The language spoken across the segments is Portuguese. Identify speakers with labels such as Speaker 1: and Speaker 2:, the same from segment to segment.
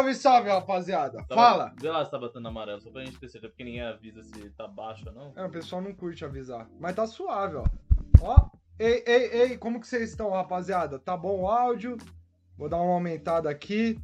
Speaker 1: Salve, salve, rapaziada.
Speaker 2: Tava-
Speaker 1: Fala.
Speaker 2: Vê lá se tá batendo amarelo, só pra gente ter certeza, porque ninguém avisa se tá baixo ou não.
Speaker 1: É, o pessoal não curte avisar. Mas tá suave, ó. Ó. Ei, ei, ei, como que vocês estão, rapaziada? Tá bom o áudio? Vou dar uma aumentada aqui.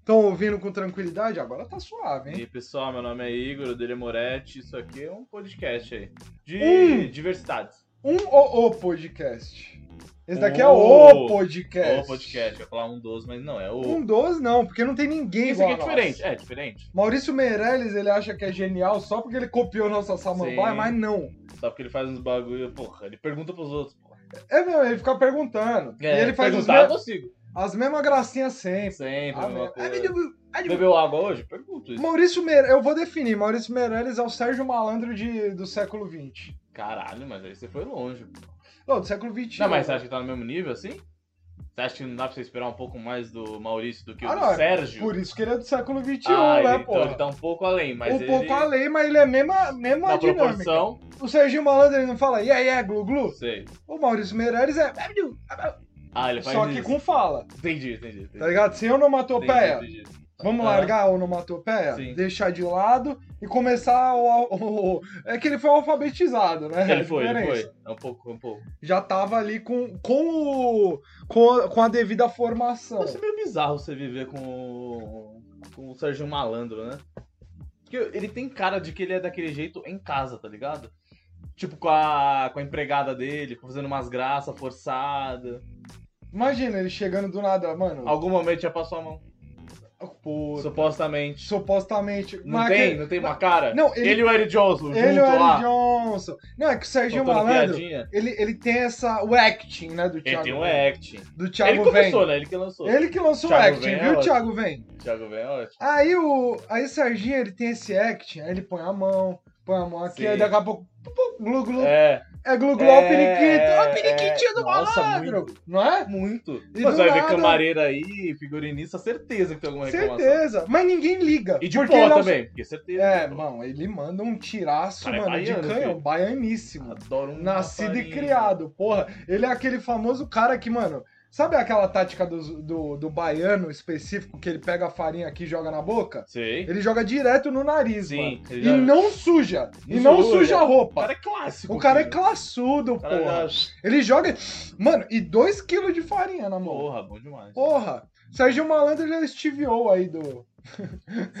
Speaker 1: Estão ouvindo com tranquilidade? Agora tá suave,
Speaker 2: E
Speaker 1: hein?
Speaker 2: aí, pessoal, meu nome é Igor, eu dele Moretti, isso aqui é um podcast aí. De
Speaker 1: Hum.
Speaker 2: diversidades.
Speaker 1: Um o, o podcast. Esse daqui é
Speaker 2: Oh.
Speaker 1: o podcast.
Speaker 2: Ou podcast, eu ia falar um dos, mas não, é o.
Speaker 1: Um dos não, porque não tem ninguém
Speaker 2: Isso
Speaker 1: igual
Speaker 2: aqui é
Speaker 1: a nós.
Speaker 2: diferente, é diferente.
Speaker 1: Maurício Meirelles, ele acha que é genial só porque ele copiou nossa samambaia,
Speaker 2: Sim.
Speaker 1: mas não.
Speaker 2: Só porque ele faz uns bagulho, porra, ele pergunta pros outros, porra.
Speaker 1: É mesmo, ele fica perguntando.
Speaker 2: É,
Speaker 1: e ele faz os
Speaker 2: perguntar, eu
Speaker 1: me-
Speaker 2: consigo.
Speaker 1: as mesmas gracinhas sempre.
Speaker 2: Sempre,
Speaker 1: Ah,
Speaker 2: a mesma
Speaker 1: meu.
Speaker 2: coisa.
Speaker 1: Ai, meu Deus. Ai, meu Deus.
Speaker 2: Bebeu água hoje? Pergunto isso.
Speaker 1: Maurício Meirelles, eu vou definir. Maurício Meirelles é o Sérgio Malandro de, do século XX.
Speaker 2: Caralho, mas aí você foi longe. pô.
Speaker 1: Não, do século um. XX.
Speaker 2: Não, mas você acha que tá no mesmo nível assim? Você acha que não dá pra você esperar um pouco mais do Maurício do que
Speaker 1: Ah,
Speaker 2: o do
Speaker 1: não, é
Speaker 2: Sérgio?
Speaker 1: Por isso que ele é do século XXI,
Speaker 2: ah, ele,
Speaker 1: né,
Speaker 2: então
Speaker 1: pô?
Speaker 2: ele tá um pouco além, mas
Speaker 1: um
Speaker 2: ele,
Speaker 1: pouco além, mas ele é a mesma, mesma
Speaker 2: na
Speaker 1: dinâmica.
Speaker 2: proporção,
Speaker 1: O Serginho Malandro, ele não fala, e aí, é, glu,
Speaker 2: não
Speaker 1: glu?
Speaker 2: sei.
Speaker 1: O Maurício Meirelles é...
Speaker 2: Ah, ele faz
Speaker 1: Só que
Speaker 2: isso.
Speaker 1: com fala,
Speaker 2: Entendi, entendi. entendi.
Speaker 1: tá é. ligado? Sem onomatopeia.
Speaker 2: Entendi, entendi.
Speaker 1: Vamos
Speaker 2: Ah,
Speaker 1: largar a onomatopeia,
Speaker 2: Sim.
Speaker 1: deixar de lado e começar o, al- o- É que ele foi alfabetizado, né?
Speaker 2: Ele foi, ele
Speaker 1: Diferença.
Speaker 2: foi. É um pouco, um pouco.
Speaker 1: Já tava ali com, com, o, com, a, com a devida formação.
Speaker 2: Deve ser é meio bizarro você viver com, com o Sérgio Malandro, né? Porque ele tem cara de que ele é daquele jeito em casa, tá ligado? Tipo, com a, com a empregada dele, fazendo umas graças forçadas.
Speaker 1: Imagina ele chegando do nada, mano.
Speaker 2: Algum momento já passou a mão,
Speaker 1: Por,
Speaker 2: supostamente.
Speaker 1: supostamente.
Speaker 2: Não
Speaker 1: mas
Speaker 2: tem?
Speaker 1: aquele-
Speaker 2: Não tem uma cara?
Speaker 1: Não,
Speaker 2: Ele
Speaker 1: ele,
Speaker 2: e o Eric Johnson,
Speaker 1: ele,
Speaker 2: junto
Speaker 1: é o
Speaker 2: lá,
Speaker 1: Eric Johnson. Não, é que o Serginho
Speaker 2: contando
Speaker 1: Malandro,
Speaker 2: piadinha.
Speaker 1: ele, ele tem essa, o acting, né, do
Speaker 2: Ele
Speaker 1: Thiago.
Speaker 2: tem um
Speaker 1: Venn,
Speaker 2: acting.
Speaker 1: Do
Speaker 2: ele
Speaker 1: Thiago Vem.
Speaker 2: começou, né? Ele que lançou.
Speaker 1: Ele que lançou o
Speaker 2: Thiago
Speaker 1: acting,
Speaker 2: Venn é
Speaker 1: viu,
Speaker 2: ótimo.
Speaker 1: Thiago Vem?
Speaker 2: Thiago Vem é ótimo.
Speaker 1: Aí o. Aí o Serginho, ele tem esse acting, aí ele põe a mão, põe a mão aqui,
Speaker 2: Sim.
Speaker 1: aí daqui a pouco. pu- pu- Glu, glu, é,
Speaker 2: É.
Speaker 1: glu, glu, ó o
Speaker 2: é,
Speaker 1: periquito. Ó o
Speaker 2: é,
Speaker 1: periquitinho do
Speaker 2: nossa,
Speaker 1: malandro. Não é?
Speaker 2: Muito.
Speaker 1: E
Speaker 2: Mas
Speaker 1: do
Speaker 2: vai ver
Speaker 1: nada-
Speaker 2: camareira aí, figurinista, certeza que tem alguma reclamação.
Speaker 1: Certeza. Mas ninguém liga.
Speaker 2: E de
Speaker 1: porque
Speaker 2: pó
Speaker 1: ele é um-
Speaker 2: também, porque certeza.
Speaker 1: É,
Speaker 2: Pô,
Speaker 1: mano, ele manda um tiraço,
Speaker 2: Cara, é
Speaker 1: mano, de
Speaker 2: baiano,
Speaker 1: canhão,
Speaker 2: filho.
Speaker 1: baianíssimo.
Speaker 2: Adoro um
Speaker 1: Nascido e
Speaker 2: passarinho.
Speaker 1: criado, porra. Ele é aquele famoso cara que, mano. Sabe aquela tática dos- do, do, baiano específico que ele pega a farinha aqui e joga na boca?
Speaker 2: Sei.
Speaker 1: Ele joga direto no nariz, mano.
Speaker 2: Sim. ele
Speaker 1: E não suja. E
Speaker 2: Não
Speaker 1: não
Speaker 2: suja.
Speaker 1: suja a
Speaker 2: O
Speaker 1: roupa.
Speaker 2: cara é clássico.
Speaker 1: O cara é
Speaker 2: filho.
Speaker 1: classudo,
Speaker 2: O cara é
Speaker 1: porra.
Speaker 2: já-
Speaker 1: Ele joga. Mano, e 2kg de farinha na mão.
Speaker 2: Porra, bom demais.
Speaker 1: Porra. Sérgio Malandro ele é o Steve O aí do,
Speaker 2: Você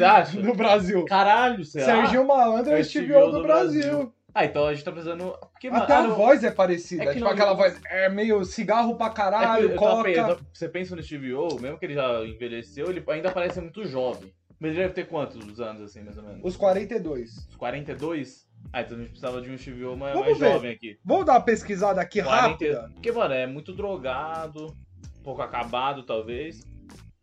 Speaker 2: acha?
Speaker 1: do Brasil.
Speaker 2: Caralho, será?
Speaker 1: Sérgio Malandro é
Speaker 2: É
Speaker 1: o Steve O do, Brasil.
Speaker 2: Ah, então a gente tá precisando... Porque, mano,
Speaker 1: Até
Speaker 2: ah,
Speaker 1: a
Speaker 2: não,
Speaker 1: voz é parecida.
Speaker 2: É que
Speaker 1: tipo
Speaker 2: não-
Speaker 1: aquela voz. É meio cigarro pra
Speaker 2: É que
Speaker 1: caralho,
Speaker 2: eu tava
Speaker 1: coca.
Speaker 2: pensando, você pensa no Steve O, mesmo que ele já envelheceu, ele ainda parece muito jovem. Mas ele deve ter quantos anos, assim, mais ou menos?
Speaker 1: Os 42.
Speaker 2: Uns 42? Ah, então a gente precisava de um Steve O mais,
Speaker 1: Vamos
Speaker 2: mais
Speaker 1: ver. É né?
Speaker 2: jovem aqui.
Speaker 1: Vamos dar uma pesquisada aqui
Speaker 2: 40.
Speaker 1: rápida.
Speaker 2: Porque, mano, é muito drogado, um pouco acabado, talvez.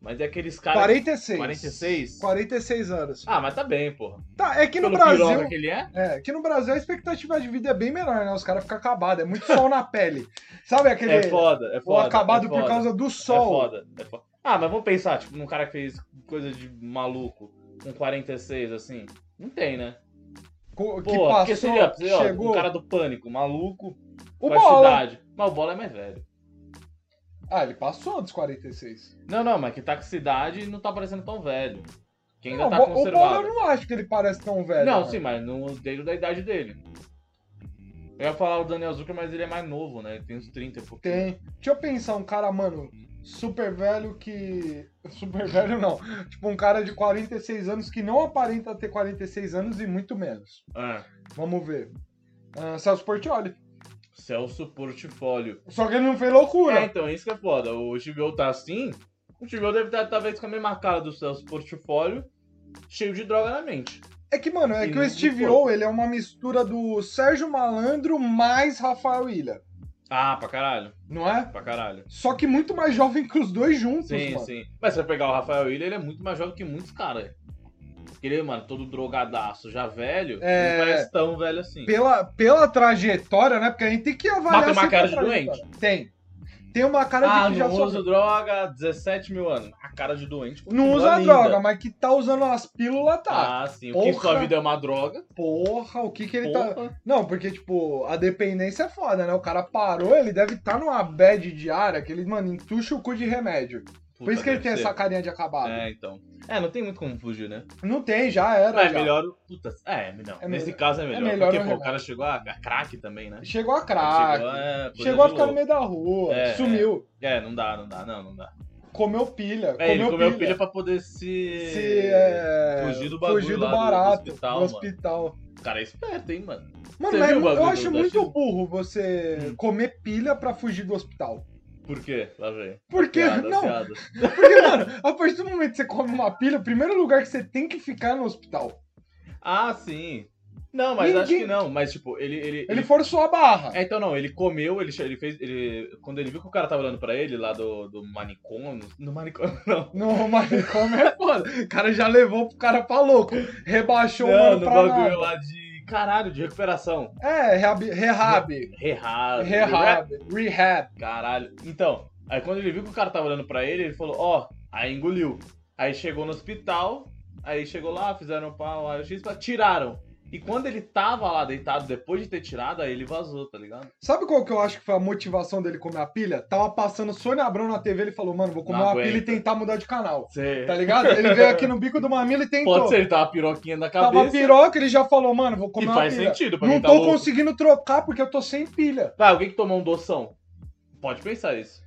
Speaker 2: Mas é aqueles caras...
Speaker 1: 46.
Speaker 2: 46?
Speaker 1: 46 anos.
Speaker 2: Ah, mas tá bem, porra.
Speaker 1: Tá, é que no
Speaker 2: Pelo
Speaker 1: Brasil.
Speaker 2: piroca que ele é?
Speaker 1: É, que no Brasil a expectativa de vida é bem menor, né? Os caras ficam acabados, é muito sol na pele. Sabe aquele.
Speaker 2: É foda, é
Speaker 1: o
Speaker 2: foda.
Speaker 1: acabado
Speaker 2: é
Speaker 1: por
Speaker 2: foda,
Speaker 1: causa do
Speaker 2: É
Speaker 1: sol.
Speaker 2: foda, é foda. Ah, mas vamos pensar, tipo, num cara que fez coisa de maluco, com 46, assim. Não tem, né?
Speaker 1: co- que
Speaker 2: Pô, porque
Speaker 1: passou,
Speaker 2: seria, seria ó,
Speaker 1: chegou.
Speaker 2: um cara do pânico, maluco,
Speaker 1: o
Speaker 2: com essa
Speaker 1: Bola.
Speaker 2: idade. Mas o Bola é mais velho.
Speaker 1: Ah, ele passou dos 46.
Speaker 2: Não, não, mas que tá com essa idade não tá parecendo tão velho. Que ainda
Speaker 1: Não,
Speaker 2: tá
Speaker 1: o Bo- o Bola eu
Speaker 2: conservado.
Speaker 1: não acho que ele parece tão velho. né?
Speaker 2: não,
Speaker 1: mano.
Speaker 2: sim, mas não dentro da idade dele. Eu ia falar o Daniel Zucker, mas ele é mais novo, né? Ele tem uns 30 e pouco.
Speaker 1: Tem. Deixa eu pensar, um cara, mano, super velho que. Super velho não. Tipo, um cara de 46 anos que não aparenta ter 46 anos e muito menos.
Speaker 2: Ah,
Speaker 1: Vamos ver. Ah, Celso Portioli.
Speaker 2: Celso Portfólio.
Speaker 1: Só que ele não fez loucura.
Speaker 2: É, então, isso que é foda. O Chibio tá assim, o Chibio deve estar talvez com a mesma cara do Celso Portfólio, cheio de droga na mente.
Speaker 1: É que, mano, é
Speaker 2: E
Speaker 1: que o
Speaker 2: não
Speaker 1: Steve
Speaker 2: foi.
Speaker 1: O, ele é uma mistura do Sérgio Malandro mais Rafael Ilha,
Speaker 2: Ah, pra caralho,
Speaker 1: não é?
Speaker 2: pra caralho.
Speaker 1: Só que muito mais jovem que os dois juntos,
Speaker 2: Sim,
Speaker 1: mano.
Speaker 2: sim. Mas se você pegar o Rafael Willian, ele é muito mais jovem que muitos caras. Porque ele, mano, todo drogadaço, já velho,
Speaker 1: É.
Speaker 2: não parece tão velho assim.
Speaker 1: Pela, pela trajetória, né? Porque a gente tem que avaliar...
Speaker 2: Mas tem uma
Speaker 1: sempre a
Speaker 2: cara de
Speaker 1: trajetória. Tem. Tem uma cara
Speaker 2: Ah,
Speaker 1: é de que já
Speaker 2: não uso
Speaker 1: sofreu.
Speaker 2: droga, 17 mil anos. A cara de doente.
Speaker 1: Não
Speaker 2: continua
Speaker 1: usa
Speaker 2: linda.
Speaker 1: droga, mas que tá usando umas pílulas, tá.
Speaker 2: Ah, sim. O que
Speaker 1: Porra.
Speaker 2: sua vida é uma droga.
Speaker 1: Porra, o que que ele tá...
Speaker 2: porra.
Speaker 1: Não, porque, tipo, a dependência é foda, né? O cara parou, ele deve estar tá numa bad diária que ele, mano, entuxa o cu de remédio. Por isso que ele tem
Speaker 2: deve
Speaker 1: essa
Speaker 2: ser.
Speaker 1: carinha de acabado.
Speaker 2: É, então. É, não tem muito como fugir, né?
Speaker 1: Não tem, já era.
Speaker 2: Não, é
Speaker 1: já.
Speaker 2: melhor. o- Puta, é, não.
Speaker 1: É
Speaker 2: Nesse
Speaker 1: melhor-
Speaker 2: caso é melhor.
Speaker 1: melhor
Speaker 2: porque,
Speaker 1: o
Speaker 2: pô, o
Speaker 1: Renato.
Speaker 2: cara chegou a, a craque também, né?
Speaker 1: Chegou a craque.
Speaker 2: Chegou, é, coisa
Speaker 1: Chegou a
Speaker 2: de
Speaker 1: ficar no
Speaker 2: louco.
Speaker 1: meio da rua,
Speaker 2: É,
Speaker 1: sumiu,
Speaker 2: É, não dá, não dá, não, não dá.
Speaker 1: comeu pilha,
Speaker 2: É, ele
Speaker 1: comeu,
Speaker 2: comeu pilha
Speaker 1: pilha,
Speaker 2: pra poder se.
Speaker 1: se, é,
Speaker 2: Fugir do bagulho
Speaker 1: fugir do
Speaker 2: lá do- do
Speaker 1: barato,
Speaker 2: hospital,
Speaker 1: do
Speaker 2: mano.
Speaker 1: hospital.
Speaker 2: O cara é esperto, hein, mano.
Speaker 1: Mano,
Speaker 2: Você
Speaker 1: mas
Speaker 2: viu o
Speaker 1: eu- eu
Speaker 2: bagulho
Speaker 1: acho
Speaker 2: do-
Speaker 1: muito
Speaker 2: da-
Speaker 1: burro você
Speaker 2: Hum.
Speaker 1: comer pilha pra fugir do hospital.
Speaker 2: Por quê? Lá vem.
Speaker 1: Por quê?
Speaker 2: Piada,
Speaker 1: não,
Speaker 2: piada.
Speaker 1: porque, mano, a partir do momento que você come uma pilha, o primeiro lugar que você tem que ficar é no hospital.
Speaker 2: Ah, sim. Não, mas acho
Speaker 1: Ninguém-
Speaker 2: que não. Mas, tipo, ele. ele,
Speaker 1: Ele
Speaker 2: ele-
Speaker 1: forçou a barra.
Speaker 2: É, então não, ele comeu, ele, che- ele fez. Ele... Quando ele viu que o cara tava olhando pra ele lá do, do manicômio. No manicômio, não.
Speaker 1: No manicômio é foda. O cara já levou pro cara pra louco. Rebaixou o
Speaker 2: não
Speaker 1: mano
Speaker 2: no
Speaker 1: pra
Speaker 2: bagulho
Speaker 1: nada.
Speaker 2: lá de. Caralho, de recuperação.
Speaker 1: É, rehab, rehab,
Speaker 2: Rehab.
Speaker 1: rehab, rehab.
Speaker 2: Caralho. Então, aí quando ele viu que o cara tava olhando pra ele, ele falou, ó, aí engoliu. Aí chegou no hospital, aí chegou lá, fizeram pau, aí X, tiraram. E quando ele tava lá deitado, depois de ter tirado, aí ele vazou, tá ligado?
Speaker 1: Sabe qual que eu acho que foi a motivação dele comer a pilha? Tava passando Sônia Abrão na TV, ele falou, mano, vou comer
Speaker 2: Não
Speaker 1: uma
Speaker 2: aguento.
Speaker 1: pilha e tentar mudar de canal.
Speaker 2: Você...
Speaker 1: Tá ligado? Ele veio aqui no bico do mamilo e tentou.
Speaker 2: Pode ser, ele tava piroquinha na
Speaker 1: Tava
Speaker 2: cabeça.
Speaker 1: Tá piroca, ele já falou, mano, vou
Speaker 2: e
Speaker 1: comer uma
Speaker 2: faz
Speaker 1: pilha.
Speaker 2: sentido, pra
Speaker 1: Não
Speaker 2: quem tá
Speaker 1: tô
Speaker 2: louco.
Speaker 1: conseguindo trocar porque eu tô sem pilha.
Speaker 2: Vai, alguém que tomou um doção. Pode pensar isso.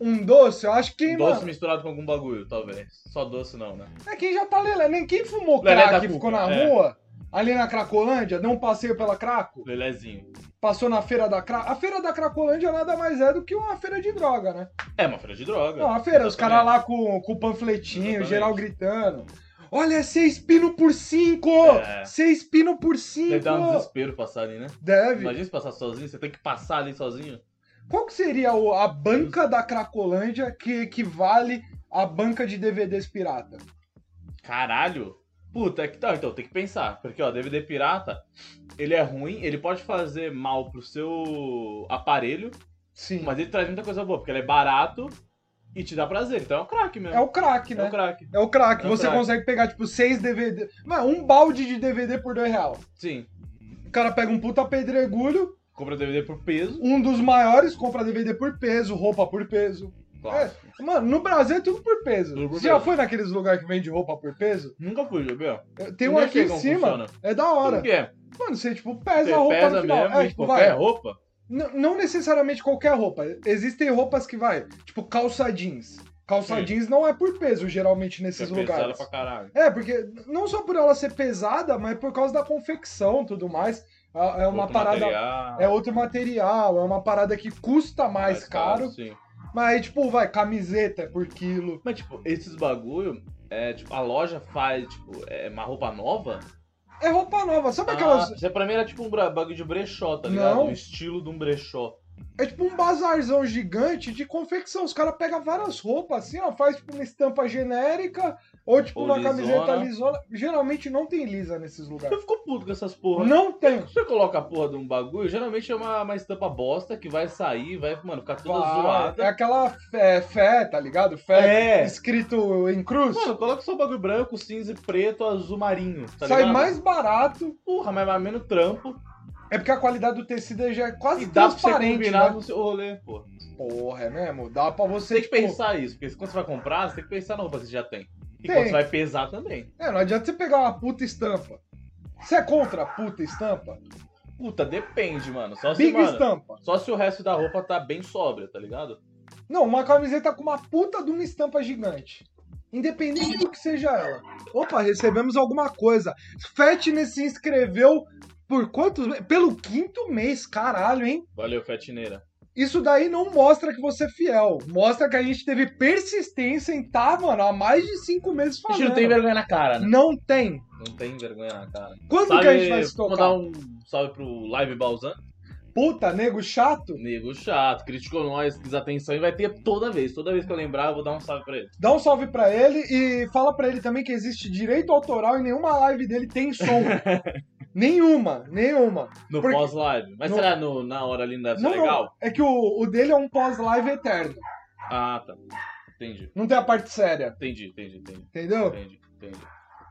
Speaker 1: Um doce, eu acho que,
Speaker 2: Um doce
Speaker 1: mano,
Speaker 2: misturado com algum bagulho, talvez. Só doce não, né?
Speaker 1: é quem já tá lelé. Nem quem fumou
Speaker 2: Lelé da
Speaker 1: crack e
Speaker 2: Cuca,
Speaker 1: ficou na
Speaker 2: é.
Speaker 1: rua, ali na Cracolândia, deu um passeio pela Craco,
Speaker 2: Lelezinho.
Speaker 1: passou na feira da Craco. A feira da Cracolândia nada mais é do que uma feira de droga, né?
Speaker 2: É uma feira de droga.
Speaker 1: Não, a feira, os
Speaker 2: Exatamente.
Speaker 1: caras lá com, com o panfletinho,
Speaker 2: Exatamente.
Speaker 1: geral gritando. Olha, seis pino por cinco!
Speaker 2: É.
Speaker 1: Seis pino por cinco!
Speaker 2: Deve dar um desespero passar ali, né?
Speaker 1: Deve.
Speaker 2: Imagina se passar sozinho, você tem que passar ali sozinho.
Speaker 1: Qual que seria o- a banca da Cracolândia que equivale à banca de DVDs pirata?
Speaker 2: Caralho! Puta, é que tá, então tem que pensar. Porque, ó, DVD pirata, ele é ruim, ele pode fazer mal pro seu aparelho,
Speaker 1: Sim.
Speaker 2: mas ele traz muita coisa boa, porque ele é barato e te dá prazer. Então é um craque mesmo.
Speaker 1: É o crack,
Speaker 2: É
Speaker 1: né?
Speaker 2: um craque.
Speaker 1: É o crack.
Speaker 2: É o
Speaker 1: Você
Speaker 2: crack.
Speaker 1: consegue pegar, tipo, seis DVD. Mano, um balde de DVD por dois real.
Speaker 2: Sim.
Speaker 1: O cara pega um puta pedregulho,
Speaker 2: Compra DVD por peso.
Speaker 1: um dos maiores compra DVD por peso, roupa por peso.
Speaker 2: Claro.
Speaker 1: Mano, no Brasil é tudo por peso.
Speaker 2: Tudo por
Speaker 1: Você já
Speaker 2: peso.
Speaker 1: foi naqueles lugares que vende roupa por peso?
Speaker 2: Nunca fui, Gabriel.
Speaker 1: Eu- Tem
Speaker 2: Eu
Speaker 1: um
Speaker 2: nem
Speaker 1: aqui
Speaker 2: sei
Speaker 1: em
Speaker 2: como
Speaker 1: cima.
Speaker 2: funciona.
Speaker 1: É da
Speaker 2: Por
Speaker 1: hora.
Speaker 2: quê?
Speaker 1: Mano, você, tipo, pesa a
Speaker 2: Você
Speaker 1: roupa no
Speaker 2: pesa
Speaker 1: final.
Speaker 2: mesmo,
Speaker 1: é,
Speaker 2: de
Speaker 1: tipo,
Speaker 2: qualquer
Speaker 1: vai.
Speaker 2: roupa.
Speaker 1: N- Não necessariamente qualquer roupa. Existem roupas que vai, tipo calça jeans. Calça
Speaker 2: Sim.
Speaker 1: jeans não é por peso, geralmente, nesses
Speaker 2: Você pesa ela
Speaker 1: lugares.
Speaker 2: pra caralho.
Speaker 1: É, porque não só por ela ser pesada, mas por causa da confecção e tudo mais. Ah, É uma
Speaker 2: Outro
Speaker 1: parada.
Speaker 2: material,
Speaker 1: É outro material, é uma parada que custa mais, caro.
Speaker 2: Sim.
Speaker 1: Mas aí, tipo, vai, camiseta é por quilo.
Speaker 2: Mas, tipo, esses bagulho, é, tipo, a loja faz, tipo, é uma roupa nova,
Speaker 1: É roupa nova. Sabe
Speaker 2: Ah,
Speaker 1: aquelas.
Speaker 2: isso pra mim era tipo um bra- bagulho de brechó, tá ligado?
Speaker 1: Não.
Speaker 2: O estilo de um brechó.
Speaker 1: É tipo um bazarzão gigante de confecção. Os caras pegam várias roupas assim, ó, faz tipo uma estampa genérica ou tipo
Speaker 2: Ou
Speaker 1: uma
Speaker 2: lisona.
Speaker 1: camiseta lisona. Geralmente não tem lisa nesses lugares.
Speaker 2: Eu fico puto com essas porra.
Speaker 1: Não tem.
Speaker 2: Se você coloca a porra de um bagulho, geralmente é uma, uma estampa bosta que vai sair, vai, mano, ficar toda
Speaker 1: Vai, É
Speaker 2: zoada.
Speaker 1: aquela é, fé, tá ligado? Fé
Speaker 2: É.
Speaker 1: escrito em cruz.
Speaker 2: Mano, coloca só o bagulho branco, cinza e preto, azul marinho, tá
Speaker 1: Sai
Speaker 2: ligado?
Speaker 1: mais barato.
Speaker 2: Porra, mas vai menos trampo.
Speaker 1: É porque a qualidade do tecido já é quase
Speaker 2: E dá pra você
Speaker 1: transparente,
Speaker 2: combinar
Speaker 1: né?
Speaker 2: no seu rolê, pô.
Speaker 1: Porra, é mesmo? Dá pra
Speaker 2: Você
Speaker 1: você,
Speaker 2: tem que
Speaker 1: tipo...
Speaker 2: pensar isso, porque quando você vai comprar, você tem que pensar na roupa que você já tem. E
Speaker 1: Tem.
Speaker 2: quando você vai pesar também.
Speaker 1: É, não adianta você pegar uma puta estampa. Você é contra a puta estampa?
Speaker 2: Puta, depende, mano. Só se,
Speaker 1: Big
Speaker 2: mano,
Speaker 1: estampa.
Speaker 2: só se o resto da roupa tá bem sóbria, tá ligado?
Speaker 1: Não, uma camiseta com uma puta de uma estampa gigante. Independente do que seja ela. Opa, recebemos alguma coisa. Fatness se inscreveu por quantos? me- Pelo quinto mês, caralho, hein?
Speaker 2: Valeu, fetineira.
Speaker 1: Isso daí não mostra que você é fiel. Mostra que a gente teve persistência em tá, mano, há mais de cinco meses
Speaker 2: A
Speaker 1: falando.
Speaker 2: gente não tem vergonha na cara, né?
Speaker 1: Não tem.
Speaker 2: Não tem vergonha na cara.
Speaker 1: Quando que a gente vai se tocar?
Speaker 2: mandar um salve pro Live Balzan. um-
Speaker 1: Puta, nego chato?
Speaker 2: Nego chato, criticou nós, quis atenção e vai ter toda vez. Toda vez que eu lembrar, eu vou dar um salve pra ele.
Speaker 1: Dá um salve pra ele e fala pra ele também que existe direito autoral e nenhuma live dele tem som. nenhuma, nenhuma.
Speaker 2: No
Speaker 1: Porque-
Speaker 2: pós-live. Mas
Speaker 1: No-
Speaker 2: será no- na hora ali não deve ser
Speaker 1: Não,
Speaker 2: legal?
Speaker 1: não. É que o, o dele é um pós-live eterno.
Speaker 2: Ah, tá. Entendi.
Speaker 1: Não tem a parte séria,
Speaker 2: Entendi, entendi, entendi.
Speaker 1: entendeu?
Speaker 2: Entendi, entendi.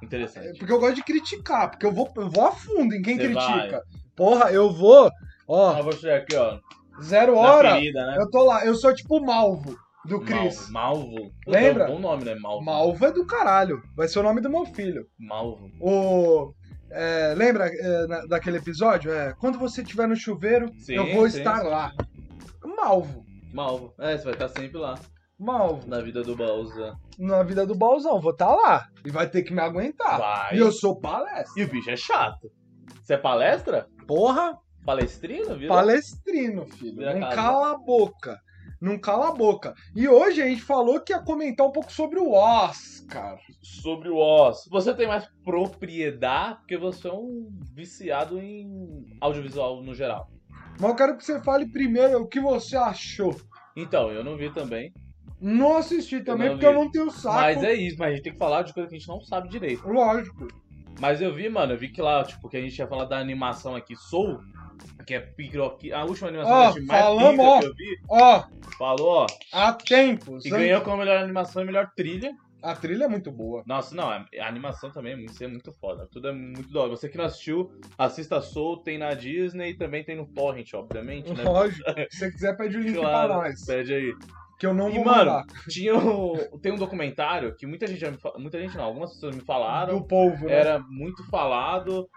Speaker 1: É
Speaker 2: Interessante.
Speaker 1: porque eu gosto de criticar, porque eu vou, eu vou a fundo em quem
Speaker 2: Você
Speaker 1: critica. Porra, eu vou.
Speaker 2: Ah,
Speaker 1: Ó,
Speaker 2: vou chegar aqui, ó.
Speaker 1: zero
Speaker 2: Na
Speaker 1: hora.
Speaker 2: ferida, né?
Speaker 1: Eu tô lá, eu sou tipo malvo. do Chris.
Speaker 2: Malvo. Puta,
Speaker 1: Lembra?
Speaker 2: É um bom nome, né? Malvo.
Speaker 1: Malva é do caralho. Vai ser o nome do meu filho.
Speaker 2: Malvo.
Speaker 1: O. é, lembra é, na- daquele episódio? É, quando você estiver no chuveiro,
Speaker 2: Sim,
Speaker 1: eu vou
Speaker 2: sim,
Speaker 1: estar
Speaker 2: sim.
Speaker 1: lá. Malvo.
Speaker 2: Malvo. É, você vai estar sempre lá.
Speaker 1: Malvo.
Speaker 2: Na vida do Bowser.
Speaker 1: Na vida do Balzão, vou estar lá. E vai ter que me aguentar.
Speaker 2: Vai.
Speaker 1: E eu sou palestra.
Speaker 2: E o bicho é chato. Você é palestra?
Speaker 1: Porra,
Speaker 2: Palestrino, viu?
Speaker 1: palestrino, filho.
Speaker 2: Vira
Speaker 1: Não
Speaker 2: casa.
Speaker 1: cala a boca. Não cala a boca. E hoje a gente falou que ia comentar um pouco sobre o Oscar.
Speaker 2: Sobre o osso. Você tem mais propriedade, porque você é um viciado em audiovisual no geral.
Speaker 1: Mas eu quero que você fale primeiro o que você achou.
Speaker 2: Então, eu não vi também.
Speaker 1: Não assisti também,
Speaker 2: não
Speaker 1: porque eu
Speaker 2: vi.
Speaker 1: não tenho saco.
Speaker 2: Mas é isso, mas a gente tem que falar de coisa que a gente não sabe direito.
Speaker 1: Lógico.
Speaker 2: Mas eu vi, mano, eu vi que lá, tipo, que a gente ia falar da animação aqui, Soul, que é pica, que a última animação
Speaker 1: Ó,
Speaker 2: que eu achei mais
Speaker 1: falamos,
Speaker 2: pica
Speaker 1: ó.
Speaker 2: que eu vi,
Speaker 1: Ó,
Speaker 2: falou, ó,
Speaker 1: há tempos.
Speaker 2: e
Speaker 1: hein?
Speaker 2: ganhou como melhor animação e melhor trilha.
Speaker 1: A trilha é muito boa.
Speaker 2: Nossa, não, a a animação também é muito, isso é muito foda, tudo é muito da hora. Você que não assistiu, assista Soul, tem na Disney e também tem no Torrent, obviamente, né?
Speaker 1: Lógico. Se você quiser, pede o link pra nós.
Speaker 2: pede aí.
Speaker 1: Que eu não
Speaker 2: E,
Speaker 1: vou
Speaker 2: mano,
Speaker 1: mandar.
Speaker 2: Tinha um, tem um documentário que muita gente já me fa- muita gente não, algumas pessoas me falaram,
Speaker 1: Do povo, né?
Speaker 2: era muito falado.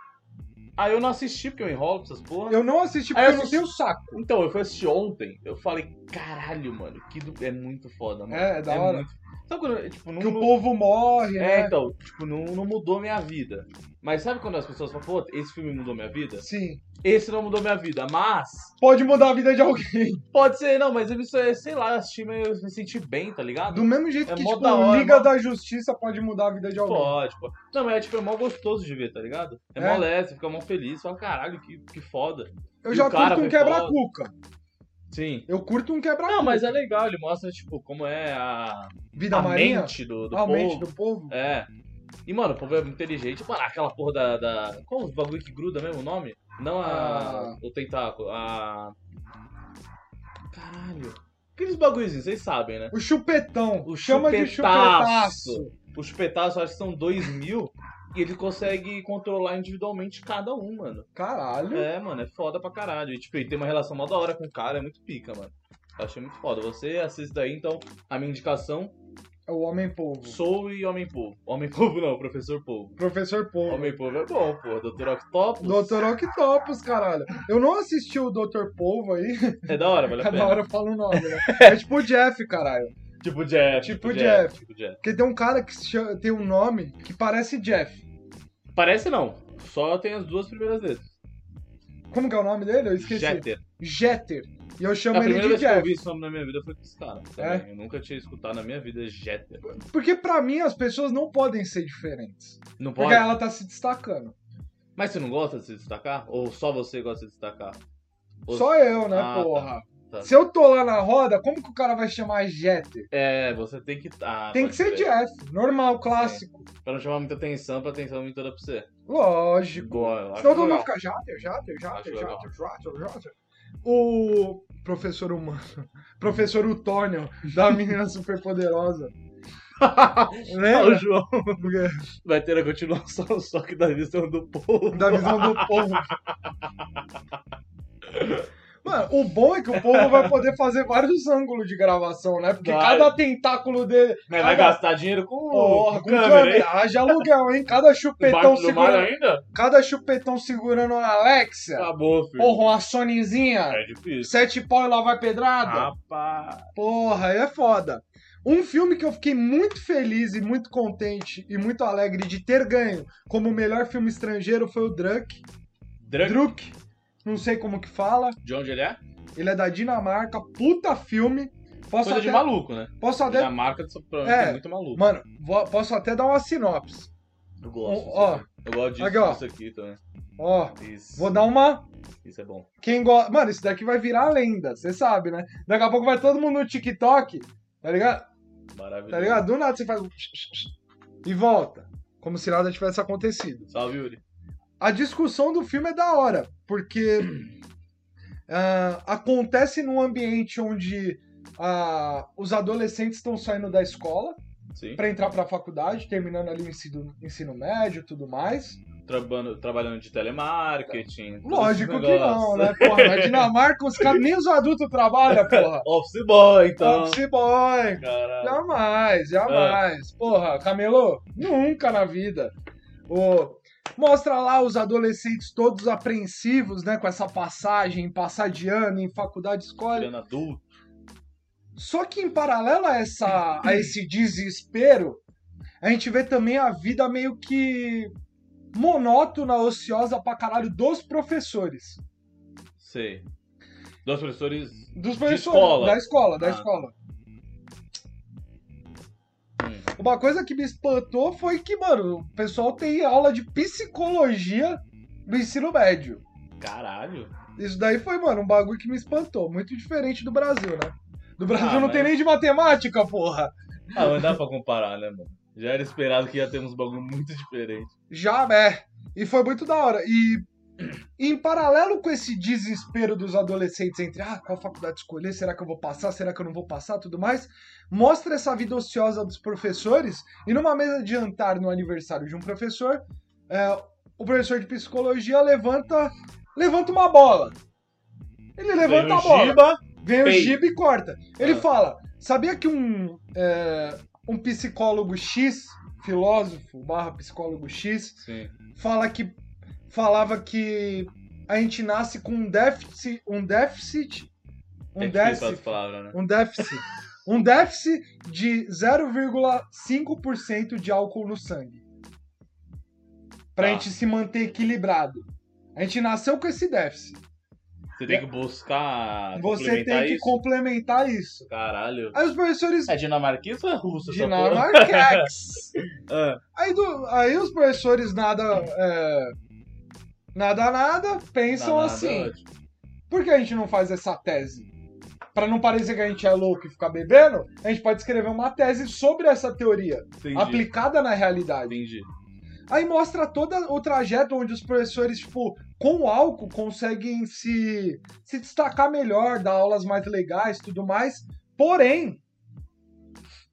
Speaker 2: Aí eu não assisti porque eu enrolo com essas porra.
Speaker 1: Eu não assisti
Speaker 2: Aí
Speaker 1: porque eu,
Speaker 2: eu
Speaker 1: não
Speaker 2: assisti-
Speaker 1: tenho saco.
Speaker 2: Então, eu fui assistir ontem, eu falei, caralho, mano, que do- é muito foda, mano.
Speaker 1: É, é da hora.
Speaker 2: Muito... Sabe quando, tipo, não,
Speaker 1: Que o
Speaker 2: não-
Speaker 1: povo morre,
Speaker 2: É,
Speaker 1: né?
Speaker 2: então, tipo, não, não mudou minha vida. Mas sabe quando as pessoas falam, pô, esse filme mudou minha vida?
Speaker 1: Sim.
Speaker 2: Esse não mudou minha vida, mas...
Speaker 1: Pode mudar a vida de alguém.
Speaker 2: Pode ser, não, mas eu, me so- sei lá, eu assisti, mas eu me senti bem, tá ligado?
Speaker 1: Do mesmo jeito
Speaker 2: É
Speaker 1: que,
Speaker 2: mó
Speaker 1: tipo,
Speaker 2: da hora,
Speaker 1: Liga
Speaker 2: mano.
Speaker 1: da Justiça pode mudar a vida de alguém.
Speaker 2: Pode, pô. Não, mas é, tipo, é mó gostoso de ver, tá ligado? É,
Speaker 1: É.
Speaker 2: mó leve, você fica mó feliz, fala, caralho, que, que foda.
Speaker 1: Eu
Speaker 2: E
Speaker 1: já
Speaker 2: o cara
Speaker 1: curto um
Speaker 2: foi
Speaker 1: quebra-cuca.
Speaker 2: Sim.
Speaker 1: Eu curto um
Speaker 2: Não,
Speaker 1: quebra-cuca.
Speaker 2: mas é legal, ele mostra, tipo, como é a,
Speaker 1: Vida
Speaker 2: a
Speaker 1: marinha.
Speaker 2: mente do, do
Speaker 1: a mente
Speaker 2: povo.
Speaker 1: do povo.
Speaker 2: É. E, mano, o povo é muito inteligente. Mano, aquela porra da. da... Qual o bagulho que gruda mesmo o nome? Não a.
Speaker 1: Ah.
Speaker 2: O tentáculo. A. Caralho. Aqueles bagulhozinhos, vocês sabem, né?
Speaker 1: O chupetão.
Speaker 2: O
Speaker 1: Chama de
Speaker 2: chupetaço.
Speaker 1: chupetaço.
Speaker 2: Os petaços, acho que são dois mil. E ele consegue controlar individualmente cada um, mano.
Speaker 1: Caralho.
Speaker 2: É, mano, é foda pra caralho. E, tipo, ele tem uma relação mó da hora com o cara, é muito pica, mano. Eu achei muito foda. Você assista aí, então, a minha indicação:
Speaker 1: É o homem-povo.
Speaker 2: Sou e Homem-Povo. Homem-Povo não, Professor Povo.
Speaker 1: Professor Povo.
Speaker 2: Homem-Povo é bom, pô. Doutor Octopus.
Speaker 1: Doutor Octopus, caralho. Eu não assisti o Doutor Povo aí,
Speaker 2: É da hora, vale a
Speaker 1: cada
Speaker 2: pena.
Speaker 1: hora eu falo o nome, né? É tipo o Jeff, caralho.
Speaker 2: Tipo Jeff.
Speaker 1: Tipo Jeff.
Speaker 2: Tipo Jeff.
Speaker 1: Porque tem um cara que se chama- tem um nome que parece Jeff.
Speaker 2: Parece não. Só tem as duas primeiras letras.
Speaker 1: Como que é o nome dele? Eu esqueci.
Speaker 2: Jeter. É
Speaker 1: Jeter. E eu
Speaker 2: A
Speaker 1: chamo ele de
Speaker 2: primeira vez que eu
Speaker 1: Jeff. É?
Speaker 2: vi esse nome na minha vida foi com esse cara. também. Eu nunca tinha escutado na minha vida Jeter.
Speaker 1: Porque pra mim as pessoas não podem ser diferentes.
Speaker 2: Não pode?
Speaker 1: Porque ela tá se destacando.
Speaker 2: Mas você não gosta de se destacar? Ou só você gosta de se destacar? Ou-
Speaker 1: Só eu, né,
Speaker 2: Ah, tá.
Speaker 1: porra?
Speaker 2: Tá.
Speaker 1: Se eu tô lá na roda, como que o cara vai chamar Jeter?
Speaker 2: É, você tem que. Ah,
Speaker 1: Tem que
Speaker 2: pode
Speaker 1: ser
Speaker 2: crer.
Speaker 1: Jeff. Normal, clássico.
Speaker 2: Pra não chamar muita atenção, pra atenção muito toda pra você.
Speaker 1: Lógico.
Speaker 2: Boa, eu acho
Speaker 1: Senão todo mundo
Speaker 2: legal.
Speaker 1: fica Jater, Jater, Jater,
Speaker 2: Acho legal.
Speaker 1: Jater, Jater, Jater. O professor humano, professor Utônio, da menina superpoderosa.
Speaker 2: O
Speaker 1: Lembra?
Speaker 2: João
Speaker 1: Porque-
Speaker 2: vai ter a continuação, só que da visão do povo.
Speaker 1: Da visão do povo. Mano, o bom é que o povo vai poder fazer vários ângulos de gravação, né? Porque
Speaker 2: Vai.
Speaker 1: cada tentáculo dele.
Speaker 2: Mas vai
Speaker 1: cada-
Speaker 2: gastar dinheiro com,
Speaker 1: Porra, com
Speaker 2: câmera, hein?
Speaker 1: câmera. Haja aluguel, hein? Cada chupetão,
Speaker 2: Barco do mar
Speaker 1: segura...
Speaker 2: ainda?
Speaker 1: cada chupetão segurando a Alexia.
Speaker 2: Acabou, filho.
Speaker 1: Porra, uma Sonyzinha.
Speaker 2: É difícil.
Speaker 1: Sete pau e lá vai
Speaker 2: Ah.
Speaker 1: pedrada.
Speaker 2: Rapaz.
Speaker 1: Porra, aí é foda. Um filme que eu fiquei muito feliz e muito contente e muito alegre de ter ganho como melhor filme estrangeiro foi o Druk.
Speaker 2: Drunk,
Speaker 1: Druk, não sei como que fala.
Speaker 2: de onde ele é?
Speaker 1: Ele é da Dinamarca, puta filme. Posso
Speaker 2: Coisa de
Speaker 1: até,
Speaker 2: maluco, né?
Speaker 1: posso até,
Speaker 2: Da marca de soprano,
Speaker 1: É.
Speaker 2: é muito maluco.
Speaker 1: mano, vou- posso até dar uma sinopse.
Speaker 2: Eu gosto.
Speaker 1: Ó,
Speaker 2: disso
Speaker 1: ó.
Speaker 2: aqui. eu gosto disso,
Speaker 1: Aqui, ó.
Speaker 2: disso aqui também.
Speaker 1: Ó,
Speaker 2: Isso.
Speaker 1: vou dar uma.
Speaker 2: Isso é bom.
Speaker 1: Quem gosta, mano, isso daqui vai virar lenda, você sabe, né? Daqui a pouco vai todo mundo no TikTok, tá ligado?
Speaker 2: Maravilhoso.
Speaker 1: Tá ligado? Do nada você faz. um E volta. Como se nada tivesse acontecido.
Speaker 2: Salve, Yuri.
Speaker 1: A discussão do filme é da hora, porque ah, acontece num ambiente onde ah, os adolescentes estão saindo da escola
Speaker 2: Sim.
Speaker 1: para entrar para a faculdade, terminando ali o ensino, ensino médio e tudo mais.
Speaker 2: trabando- trabalhando de telemarketing. todos
Speaker 1: Lógico
Speaker 2: esses
Speaker 1: que não,
Speaker 2: negócios.
Speaker 1: né? Porra, na Dinamarca os caras nem os adultos trabalham, porra.
Speaker 2: Office boy, então.
Speaker 1: Então, se boy.
Speaker 2: Caralho.
Speaker 1: Jamais, jamais. Porra, camelô, nunca na vida. Ô, mostra lá os adolescentes todos apreensivos, né? Com essa passagem, passar de ano em faculdade, escola.
Speaker 2: Olhando adulto.
Speaker 1: Só que em paralelo a, essa, a esse desespero, a gente vê também a vida meio que monótona, ociosa pra caralho dos professores.
Speaker 2: Sei. Dois professores.
Speaker 1: Dos
Speaker 2: De
Speaker 1: professores.
Speaker 2: escola.
Speaker 1: Da escola, da
Speaker 2: Ah.
Speaker 1: escola.
Speaker 2: Hum.
Speaker 1: Uma coisa que me espantou foi que, mano, o pessoal tem aula de psicologia no ensino médio.
Speaker 2: Caralho.
Speaker 1: Isso daí foi, mano, um bagulho que me espantou. Muito diferente do Brasil, né? Do Brasil
Speaker 2: Ah,
Speaker 1: não
Speaker 2: mas-
Speaker 1: tem nem de matemática, porra.
Speaker 2: Ah, mas dá pra comparar, né, mano? Já era esperado que ia ter uns bagulho muito diferente.
Speaker 1: Já é. E foi muito da hora. E em paralelo com esse desespero dos adolescentes entre ah, qual faculdade escolher, será que eu vou passar, será que eu não vou passar, tudo mais, mostra essa vida ociosa dos professores e numa mesa de jantar no aniversário de um professor, é, o professor de psicologia levanta levanta uma bola. Ele levanta
Speaker 2: Veio
Speaker 1: a
Speaker 2: o
Speaker 1: bola.
Speaker 2: Giba,
Speaker 1: Vem o
Speaker 2: Pei.
Speaker 1: Giba e corta. Ele
Speaker 2: Ah.
Speaker 1: fala: sabia que um, é, um psicólogo X, filósofo barra psicólogo X,
Speaker 2: Sim.
Speaker 1: fala que falava que a gente nasce com um déficit. Um déficit. Um
Speaker 2: Tem que pensar as
Speaker 1: déficit.
Speaker 2: palavras, né?
Speaker 1: Um déficit. Um déficit de 0,5% de álcool no sangue. Pra
Speaker 2: Tá.
Speaker 1: gente se manter equilibrado. A gente nasceu com esse déficit.
Speaker 2: Você tem que buscar.
Speaker 1: É. Você
Speaker 2: complementar
Speaker 1: tem que
Speaker 2: isso.
Speaker 1: complementar isso.
Speaker 2: Caralho.
Speaker 1: Aí os professores.
Speaker 2: É dinamarquês ou é russo? essa porra?
Speaker 1: Dinamarquex.
Speaker 2: Ah,
Speaker 1: aí, do- aí os professores nada. é, nada, nada, pensam
Speaker 2: danado,
Speaker 1: assim.
Speaker 2: ótimo.
Speaker 1: Por que a gente não faz essa tese? Pra não parecer que a gente é louco e ficar bebendo, a gente pode escrever uma tese sobre essa teoria,
Speaker 2: Entendi.
Speaker 1: aplicada na realidade.
Speaker 2: Entendi.
Speaker 1: Aí mostra todo o trajeto onde os professores, tipo, com o álcool conseguem se, se destacar melhor, dar aulas mais legais tudo mais. Porém,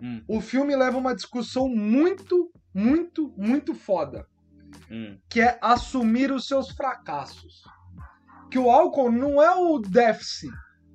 Speaker 2: Hum.
Speaker 1: o filme leva uma discussão muito, muito, muito foda,
Speaker 2: Hum.
Speaker 1: que é assumir os seus fracassos. Que o álcool não é o déficit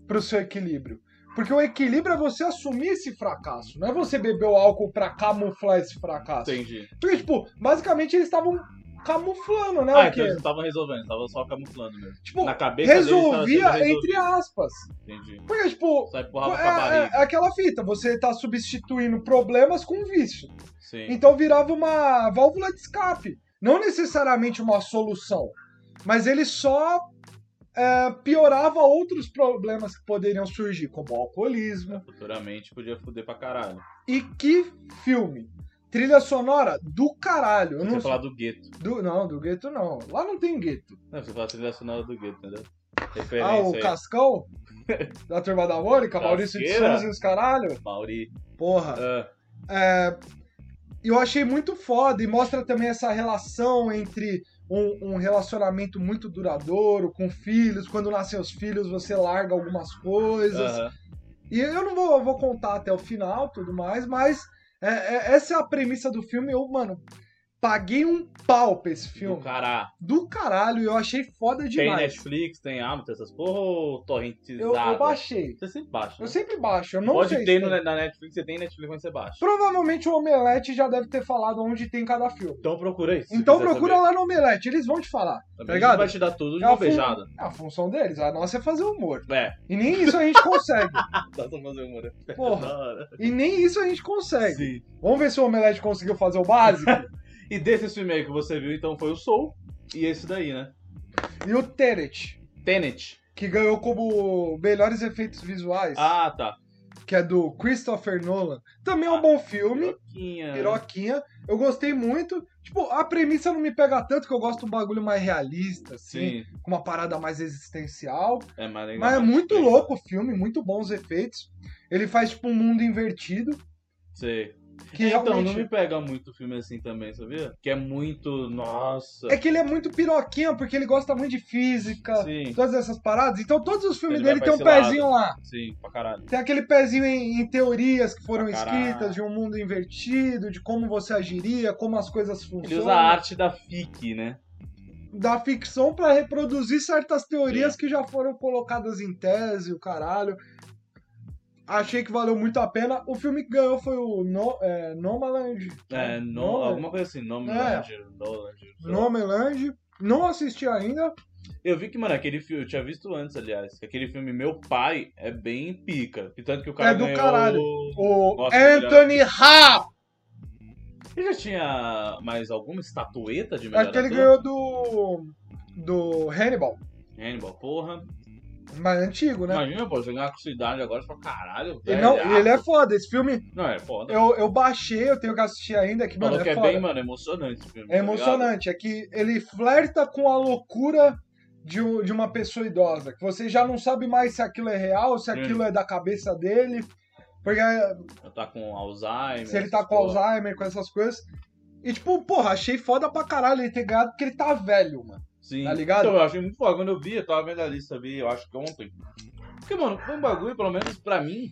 Speaker 1: pro seu equilíbrio. Porque o equilíbrio é você assumir esse fracasso. Não é você beber o álcool pra camuflar esse fracasso.
Speaker 2: Entendi.
Speaker 1: Porque, tipo, basicamente eles estavam camuflando, né?
Speaker 2: Ah,
Speaker 1: o quê?
Speaker 2: então eles não estavam resolvendo, estavam só camuflando mesmo.
Speaker 1: tipo,
Speaker 2: Na cabeça deles tava sendo
Speaker 1: resolvia
Speaker 2: resolvido.
Speaker 1: entre aspas.
Speaker 2: Entendi.
Speaker 1: Porque, tipo,
Speaker 2: Só empurrava com a
Speaker 1: é,
Speaker 2: barriga.
Speaker 1: é aquela fita, você tá substituindo problemas com vício.
Speaker 2: Sim.
Speaker 1: Então virava uma válvula de escape. Não necessariamente uma solução, mas ele só é, piorava outros problemas que poderiam surgir, como o alcoolismo,
Speaker 2: Futuramente podia foder pra caralho.
Speaker 1: E que filme! Trilha sonora do caralho. Eu
Speaker 2: Você
Speaker 1: não,
Speaker 2: falar do gueto.
Speaker 1: do, não, do gueto não. Lá não tem gueto.
Speaker 2: Não, você fala trilha sonora do gueto, entendeu?
Speaker 1: Ah,
Speaker 2: Referência
Speaker 1: o
Speaker 2: aí.
Speaker 1: Cascão? da Turma da Mônica, Maurício de
Speaker 2: Casqueira?
Speaker 1: Souza e os caralho.
Speaker 2: Mauri.
Speaker 1: Porra.
Speaker 2: Ah,
Speaker 1: É, eu achei muito foda e mostra também essa relação entre um, um relacionamento muito duradouro com filhos. Quando nascem os filhos, você larga algumas coisas.
Speaker 2: aham.
Speaker 1: E eu não vou, vou contar até o final tudo mais, mas é- é- essa é a premissa do filme. Eu, mano, paguei um pau pra esse
Speaker 2: Do
Speaker 1: filme.
Speaker 2: cará.
Speaker 1: Do caralho, eu achei foda
Speaker 2: Tem
Speaker 1: demais.
Speaker 2: Netflix, tem Amazon, tem essas porra ou torrentizada?
Speaker 1: eu, eu baixei.
Speaker 2: Você sempre baixa.
Speaker 1: Eu
Speaker 2: né?
Speaker 1: sempre baixo, eu não
Speaker 2: Pode
Speaker 1: sei.
Speaker 2: ter
Speaker 1: se
Speaker 2: no,
Speaker 1: tem.
Speaker 2: na Netflix, você tem Netflix, mas você baixa.
Speaker 1: Provavelmente o Omelete já deve ter falado onde tem cada filme.
Speaker 2: Então procura aí. se
Speaker 1: então
Speaker 2: quiser
Speaker 1: procura
Speaker 2: saber.
Speaker 1: lá no Omelete, eles vão te falar.
Speaker 2: Também
Speaker 1: tá
Speaker 2: não
Speaker 1: ligado?
Speaker 2: vai te dar tudo de
Speaker 1: É
Speaker 2: uma
Speaker 1: o fun-
Speaker 2: beijada.
Speaker 1: É a função deles, a nossa é fazer humor.
Speaker 2: É.
Speaker 1: E nem isso a gente consegue.
Speaker 2: Dá pra fazer uma, né?
Speaker 1: Porra, tá
Speaker 2: Da hora.
Speaker 1: e nem isso a gente consegue.
Speaker 2: Sim.
Speaker 1: Vamos ver se o Omelete conseguiu fazer o básico.
Speaker 2: E desse filme aí que você viu, então, foi o Soul e esse daí, né?
Speaker 1: e o Tenet.
Speaker 2: Tenet.
Speaker 1: que ganhou como melhores efeitos visuais,
Speaker 2: Ah, tá.
Speaker 1: que é do Christopher Nolan. Também é
Speaker 2: Ah,
Speaker 1: um bom filme,
Speaker 2: Piroquinha.
Speaker 1: piroquinha. Eu gostei muito. Tipo, a premissa não me pega tanto, que eu gosto de um bagulho mais realista, assim,
Speaker 2: Sim.
Speaker 1: com uma parada mais existencial.
Speaker 2: É mais legal.
Speaker 1: Mas é muito louco o filme, muito bons efeitos. Ele faz, tipo, um mundo invertido,
Speaker 2: Sei.
Speaker 1: que
Speaker 2: então,
Speaker 1: realmente...
Speaker 2: não me pega muito filme assim também, sabia? Que é muito. Nossa.
Speaker 1: É que ele é muito piroquinha, porque ele gosta muito de física,
Speaker 2: Sim,
Speaker 1: todas essas paradas. Então todos os filmes
Speaker 2: Ele vai
Speaker 1: dele tem
Speaker 2: pra
Speaker 1: um
Speaker 2: esse lado.
Speaker 1: pezinho lá.
Speaker 2: sim, pra caralho.
Speaker 1: Tem aquele pezinho em, em teorias que foram
Speaker 2: Pra caralho.
Speaker 1: escritas, de um mundo invertido, de como você agiria, como as coisas
Speaker 2: Ele usa a
Speaker 1: funcionam.
Speaker 2: arte da FIC, né?
Speaker 1: da ficção pra reproduzir certas teorias que já foram colocadas em tese, o caralho. Achei que valeu muito a pena. O filme que ganhou foi o no, é, Nomaland.
Speaker 2: É, no,
Speaker 1: Nolan.
Speaker 2: alguma coisa assim, nome é.
Speaker 1: Nomeland. Não assisti ainda.
Speaker 2: Eu vi que, mano, aquele filme, eu tinha visto antes, aliás, que aquele filme Meu Pai é bem pica. E tanto que o cara
Speaker 1: É do
Speaker 2: ganhou...
Speaker 1: caralho. O
Speaker 2: Nossa,
Speaker 1: Anthony Ha!
Speaker 2: Ele já tinha mais alguma estatueta de melhor
Speaker 1: Acho que ele
Speaker 2: ator?
Speaker 1: ganhou do. do Hannibal.
Speaker 2: Hannibal, porra.
Speaker 1: Né? Mas antigo, né?
Speaker 2: Imagina, pô, você ganhar com sua idade agora, você fala, caralho,
Speaker 1: Ele
Speaker 2: velho.
Speaker 1: não, ele
Speaker 2: ah,
Speaker 1: é foda. Esse filme
Speaker 2: Não, é foda.
Speaker 1: eu, eu baixei, eu tenho que assistir ainda. Que, mano,
Speaker 2: Falou que
Speaker 1: é
Speaker 2: é
Speaker 1: foda.
Speaker 2: bem, mano, emocionante o filme.
Speaker 1: É
Speaker 2: tá ligado?
Speaker 1: emocionante, é que ele flerta com a loucura de, um- de uma pessoa idosa, que você já não sabe mais se aquilo é real, se
Speaker 2: Hum.
Speaker 1: aquilo é da cabeça dele, porque
Speaker 2: Tá com Alzheimer.
Speaker 1: se ele tá
Speaker 2: essas
Speaker 1: com
Speaker 2: porra.
Speaker 1: Alzheimer, com essas coisas. E tipo, porra, achei foda pra caralho ele ter ganhado porque ele tá velho, mano.
Speaker 2: Sim.
Speaker 1: Tá ligado?
Speaker 2: Então, eu achei muito foda. Quando eu vi, eu tava vendo a lista ali, eu acho que ontem. Porque, mano, foi um bagulho, pelo menos pra mim.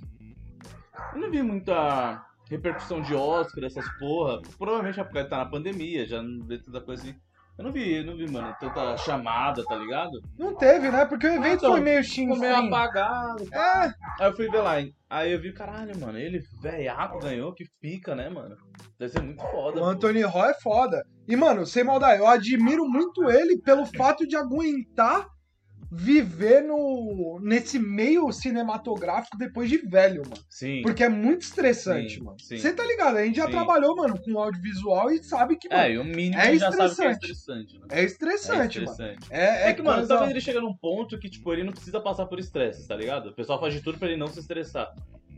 Speaker 2: Eu não vi muita repercussão de Oscar, essas porra. Provavelmente é porque tá na pandemia, já não vê tanta coisa assim. Eu não vi, eu não vi, mano, tanta chamada, tá ligado?
Speaker 1: Não teve, né? Porque o evento
Speaker 2: Então,
Speaker 1: foi meio
Speaker 2: Ficou meio
Speaker 1: chinzinho.
Speaker 2: apagado.
Speaker 1: É,
Speaker 2: Aí eu fui ver lá, hein? aí eu vi, caralho, mano, ele velhaco ganhou, que fica, né, mano? Deve ser muito foda.
Speaker 1: o
Speaker 2: pô.
Speaker 1: Anthony Hall é foda. E, mano, sem maldade, eu admiro muito ele pelo fato de aguentar viver no, nesse meio cinematográfico depois de velho, mano.
Speaker 2: Sim.
Speaker 1: Porque é muito estressante,
Speaker 2: sim,
Speaker 1: mano.
Speaker 2: Sim.
Speaker 1: Você tá ligado? A gente já
Speaker 2: Sim.
Speaker 1: trabalhou, mano, com audiovisual e sabe que, mano,
Speaker 2: É, e o mínimo
Speaker 1: É
Speaker 2: ele já sabe que é
Speaker 1: estressante.
Speaker 2: estressante, né?
Speaker 1: é, estressante,
Speaker 2: é
Speaker 1: mano.
Speaker 2: estressante.
Speaker 1: É,
Speaker 2: É que, mano,
Speaker 1: coisa-
Speaker 2: talvez ele chega num ponto que, tipo, ele não precisa passar por estresse, tá ligado? O pessoal faz de tudo pra ele não se estressar.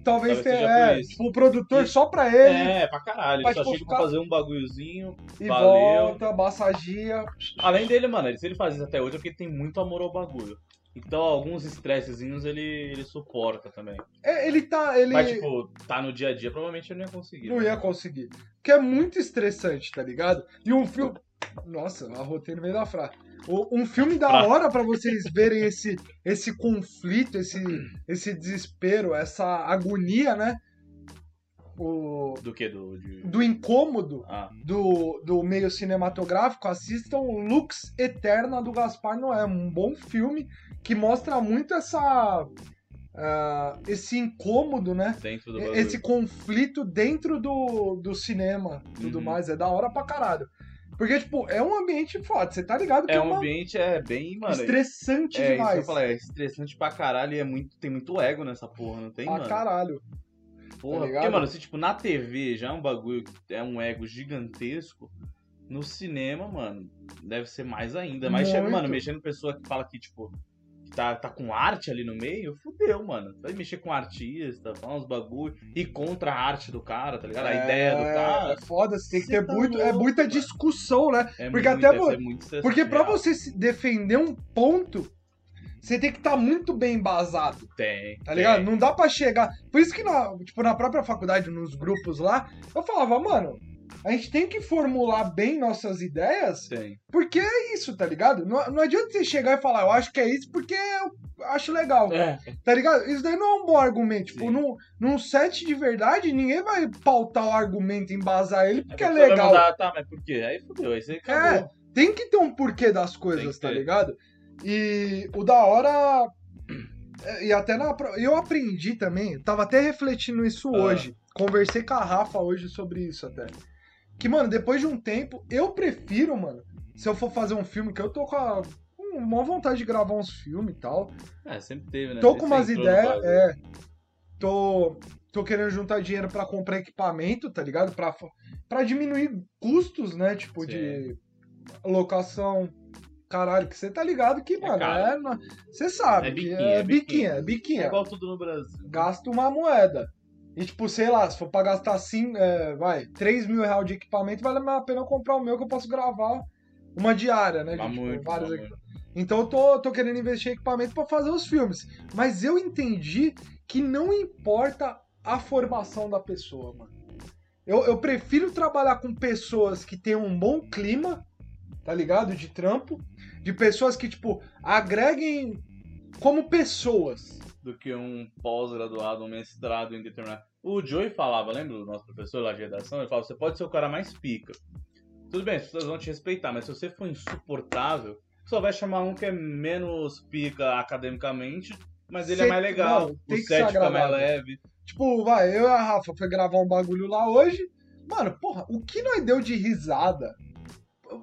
Speaker 1: talvez
Speaker 2: talvez
Speaker 1: tenha,
Speaker 2: seja
Speaker 1: é,
Speaker 2: por isso.
Speaker 1: tipo, o produtor
Speaker 2: E-
Speaker 1: só pra ele
Speaker 2: É, pra caralho. Ele
Speaker 1: Mas,
Speaker 2: só
Speaker 1: tipo,
Speaker 2: chega pra
Speaker 1: fica-
Speaker 2: fazer um bagulhozinho.
Speaker 1: e
Speaker 2: valeu.
Speaker 1: volta, massagia.
Speaker 2: Além dele, mano, se ele faz isso até hoje é porque ele tem muito amor ao bagulho. Então, alguns estressezinhos ele, ele suporta também.
Speaker 1: É, ele tá, ele
Speaker 2: Mas, tipo, tá no dia a dia, provavelmente ele não ia conseguir.
Speaker 1: não
Speaker 2: né?
Speaker 1: ia conseguir. Porque é muito estressante, tá ligado? E um filme... Nossa, eu arrotei no meio da frase. O- Um filme da
Speaker 2: Fra-
Speaker 1: hora pra vocês verem esse, esse conflito, esse, esse desespero, essa agonia, né? O,
Speaker 2: Do que? Do. De...
Speaker 1: do incômodo
Speaker 2: Ah,
Speaker 1: do, do meio cinematográfico, assistam Lux Eterna do Gaspar Noé. Um bom filme que mostra muito essa. ah, esse incômodo, né?
Speaker 2: dentro do bagulho.
Speaker 1: Esse conflito dentro do, do cinema e tudo
Speaker 2: Uhum.
Speaker 1: mais. É da hora pra caralho. Porque, tipo, é um ambiente foda. Você tá ligado que é,
Speaker 2: É um
Speaker 1: uma-
Speaker 2: ambiente, é bem, mano.
Speaker 1: estressante
Speaker 2: é, isso que eu
Speaker 1: demais.
Speaker 2: falei, é estressante pra caralho e é muito, tem muito ego nessa porra, não tem,
Speaker 1: pra
Speaker 2: mano?
Speaker 1: caralho.
Speaker 2: Porra,
Speaker 1: Tá ligado?
Speaker 2: porque, mano, se tipo, na TV já é um bagulho, é um ego gigantesco, no cinema, mano, deve ser mais ainda. Mas, chega,
Speaker 1: Muito.
Speaker 2: mano, mexendo pessoa que fala que, tipo, que tá, tá com arte ali no meio, fudeu, mano. Vai mexer com artista, falar uns bagulho, e contra a arte do cara, tá ligado? A ideia do cara.
Speaker 1: É foda, você tem que
Speaker 2: Você
Speaker 1: ter
Speaker 2: tá
Speaker 1: muito, é
Speaker 2: louco, é
Speaker 1: muita
Speaker 2: mano.
Speaker 1: discussão, né?
Speaker 2: É
Speaker 1: Porque
Speaker 2: muito,
Speaker 1: até,
Speaker 2: deve
Speaker 1: mano,
Speaker 2: ser muito estressante,
Speaker 1: Porque pra
Speaker 2: real.
Speaker 1: você se defender um ponto, você tem que estar muito bem embasado,
Speaker 2: Tem.
Speaker 1: tá ligado? Não dá pra chegar. Por isso que na, tipo, na própria faculdade, nos grupos lá, eu falava, mano, a gente tem que formular bem nossas ideias,
Speaker 2: Tem. tem.
Speaker 1: porque é isso, tá ligado? Não, não adianta você chegar e falar, eu acho que é isso porque eu acho legal,
Speaker 2: É,
Speaker 1: tá ligado? Isso daí não é um bom argumento. Tipo,
Speaker 2: Sim.
Speaker 1: num, num set de verdade, ninguém vai pautar o argumento, embasar ele porque é
Speaker 2: a pessoa vai
Speaker 1: legal. É.
Speaker 2: mandar, tá, mas por quê? Aí fudeu, aí você acabou.
Speaker 1: tem que ter um porquê das coisas,
Speaker 2: que
Speaker 1: tá
Speaker 2: ter.
Speaker 1: ligado? E o da hora. é, E até na. pro- Eu aprendi também, tava até refletindo isso
Speaker 2: Ah.
Speaker 1: hoje. Conversei com a Rafa hoje sobre isso até. Que, mano, depois de um tempo, eu prefiro, mano, se eu for fazer um filme, que eu tô com a. Com maior vontade de gravar uns filmes e tal.
Speaker 2: É, sempre teve, né?
Speaker 1: Tô
Speaker 2: Sempre
Speaker 1: com umas
Speaker 2: entrou no
Speaker 1: ideias,
Speaker 2: bagulho.
Speaker 1: é. Tô, tô querendo juntar dinheiro pra comprar equipamento, tá ligado? Pra, pra diminuir custos, né? Tipo, de locação. Caralho, que você tá ligado que, mano,
Speaker 2: caro.
Speaker 1: é. na- Você sabe.
Speaker 2: É
Speaker 1: que
Speaker 2: biquinho, é biquinho.
Speaker 1: é biquinho.
Speaker 2: É igual tudo no Brasil.
Speaker 1: Gasta uma moeda. E, tipo, sei lá, se for pra gastar cinco, é, vai, 3 mil reais de equipamento, vale mais a pena eu comprar o meu que eu posso gravar uma diária, né? de,
Speaker 2: Mas
Speaker 1: tipo,
Speaker 2: Tá muito,
Speaker 1: vários
Speaker 2: mas
Speaker 1: equi-
Speaker 2: muito.
Speaker 1: então eu tô, tô querendo investir em equipamento pra fazer os filmes. Mas eu entendi que não importa a formação da pessoa, mano. Eu, eu prefiro trabalhar com pessoas que têm um bom clima, tá ligado? De trampo. De pessoas que, tipo, agreguem como pessoas.
Speaker 2: do que um pós-graduado, um mestrado em determinado. O Joey falava, lembra do nosso professor lá de redação? Ele falava: você pode ser o cara mais pica, Tudo bem, as pessoas vão te respeitar, mas se você for insuportável, só vai chamar um que é menos pica academicamente, mas ele é
Speaker 1: Cê-
Speaker 2: mais legal,
Speaker 1: não,
Speaker 2: o
Speaker 1: tem que ser
Speaker 2: set fica mais
Speaker 1: agradável.
Speaker 2: leve.
Speaker 1: Tipo, vai, eu e a Rafa foi gravar um bagulho lá hoje. Mano, porra, o que nós deu de risada?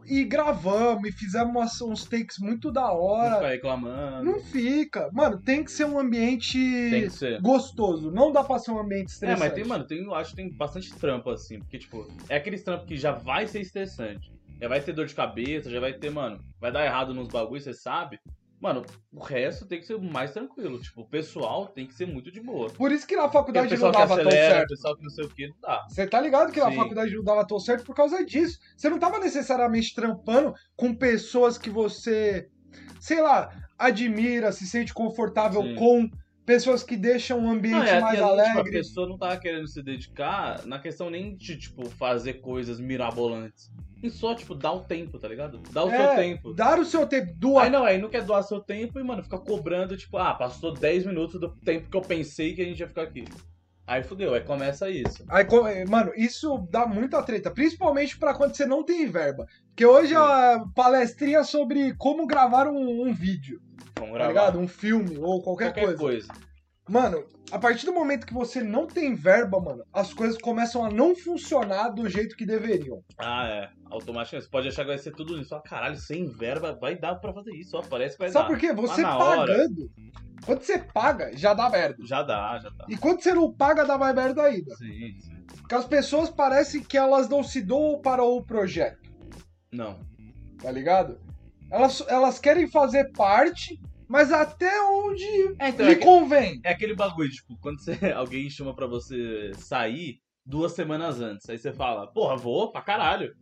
Speaker 1: E gravamos, e fizemos umas- uns takes muito da
Speaker 2: Não
Speaker 1: hora.
Speaker 2: ficar reclamando.
Speaker 1: Não fica. Mano, tem que ser um ambiente
Speaker 2: Tem que ser.
Speaker 1: gostoso. Não dá pra ser um ambiente
Speaker 2: É,
Speaker 1: estressante.
Speaker 2: mas tem, mano, tem, eu acho que tem bastante trampo, assim. Porque, tipo, é aqueles trampos que já vai ser estressante. Já vai ter dor de cabeça, já vai ter, mano, vai dar errado nos bagulhos, você sabe? Mano, o resto tem que ser mais tranquilo. Tipo, o pessoal tem que ser muito de boa.
Speaker 1: Por isso que na
Speaker 2: Porque o
Speaker 1: faculdade não
Speaker 2: pessoal que
Speaker 1: dava tão
Speaker 2: acelera, o
Speaker 1: certo.
Speaker 2: pessoal que não sei o que, não dá.
Speaker 1: Você tá ligado que na
Speaker 2: Sim.
Speaker 1: faculdade não dava tão certo por causa disso. Você não tava necessariamente trampando com pessoas que você, sei lá, admira, se sente confortável
Speaker 2: Sim.
Speaker 1: com, pessoas que deixam o ambiente
Speaker 2: Não, é,
Speaker 1: mais
Speaker 2: até, tipo, a
Speaker 1: alegre.
Speaker 2: pessoa não tá querendo se dedicar na questão nem de, tipo, fazer coisas mirabolantes. E só, tipo, dar o tempo, tá ligado? Dar o seu
Speaker 1: É,
Speaker 2: tempo.
Speaker 1: Dar o seu tempo, doar.
Speaker 2: Aí não, aí não quer doar seu tempo e, mano, fica cobrando, tipo, ah, passou 10 minutos do tempo que eu pensei que a gente ia ficar aqui. Aí fudeu, aí começa isso.
Speaker 1: Aí, co- eh, mano, isso dá muita treta, principalmente pra quando você não tem verba. Porque hoje
Speaker 2: Sim.
Speaker 1: a palestrinha sobre como gravar um, um vídeo,
Speaker 2: Vamos
Speaker 1: tá
Speaker 2: gravar.
Speaker 1: ligado? Um filme ou qualquer, coisa.
Speaker 2: coisa.
Speaker 1: Mano, a partir do momento que você não tem verba, mano, as coisas começam a não funcionar do jeito que deveriam.
Speaker 2: Ah, é. Automaticamente. Você pode achar que vai ser tudo isso. Ah, caralho, sem verba vai dar pra fazer isso. Ó, parece que vai
Speaker 1: Sabe
Speaker 2: dar.
Speaker 1: por quê? Você
Speaker 2: é. Tá na hora.
Speaker 1: pagando, quando você paga, já dá merda.
Speaker 2: Já dá, já dá.
Speaker 1: E quando você não paga, dá mais merda ainda.
Speaker 2: Sim, sim.
Speaker 1: Porque as pessoas parecem que elas não se doam para o projeto.
Speaker 2: Não.
Speaker 1: tá ligado? Elas, elas querem fazer parte, mas até onde
Speaker 2: É, então,
Speaker 1: lhe
Speaker 2: é, que-
Speaker 1: convém.
Speaker 2: é aquele bagulho, tipo, quando você, alguém chama pra você sair duas semanas antes. Aí você fala, porra, vou pra caralho.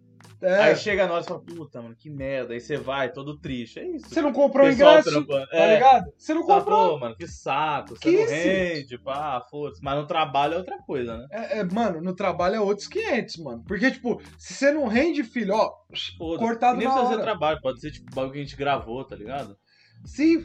Speaker 1: É,
Speaker 2: Aí chega na hora e fala, puta, mano, que merda. Aí você vai, todo triste. É isso.
Speaker 1: você não comprou o
Speaker 2: Pessoal
Speaker 1: ingresso,
Speaker 2: trampando.
Speaker 1: tá
Speaker 2: É,
Speaker 1: ligado? Você não
Speaker 2: Fala,
Speaker 1: comprou.
Speaker 2: Pô, mano, que saco. Você
Speaker 1: Que
Speaker 2: não
Speaker 1: isso?
Speaker 2: rende, pá, foda-se. Mas no trabalho é outra coisa, né?
Speaker 1: É, é, mano, no trabalho é outros 500, mano. Porque, tipo, se você não rende, filho, ó,
Speaker 2: Foda-se.
Speaker 1: Cortado
Speaker 2: E Nem
Speaker 1: na
Speaker 2: precisa ser
Speaker 1: hora.
Speaker 2: trabalho, pode ser tipo bagulho que a gente gravou, tá ligado?
Speaker 1: sim.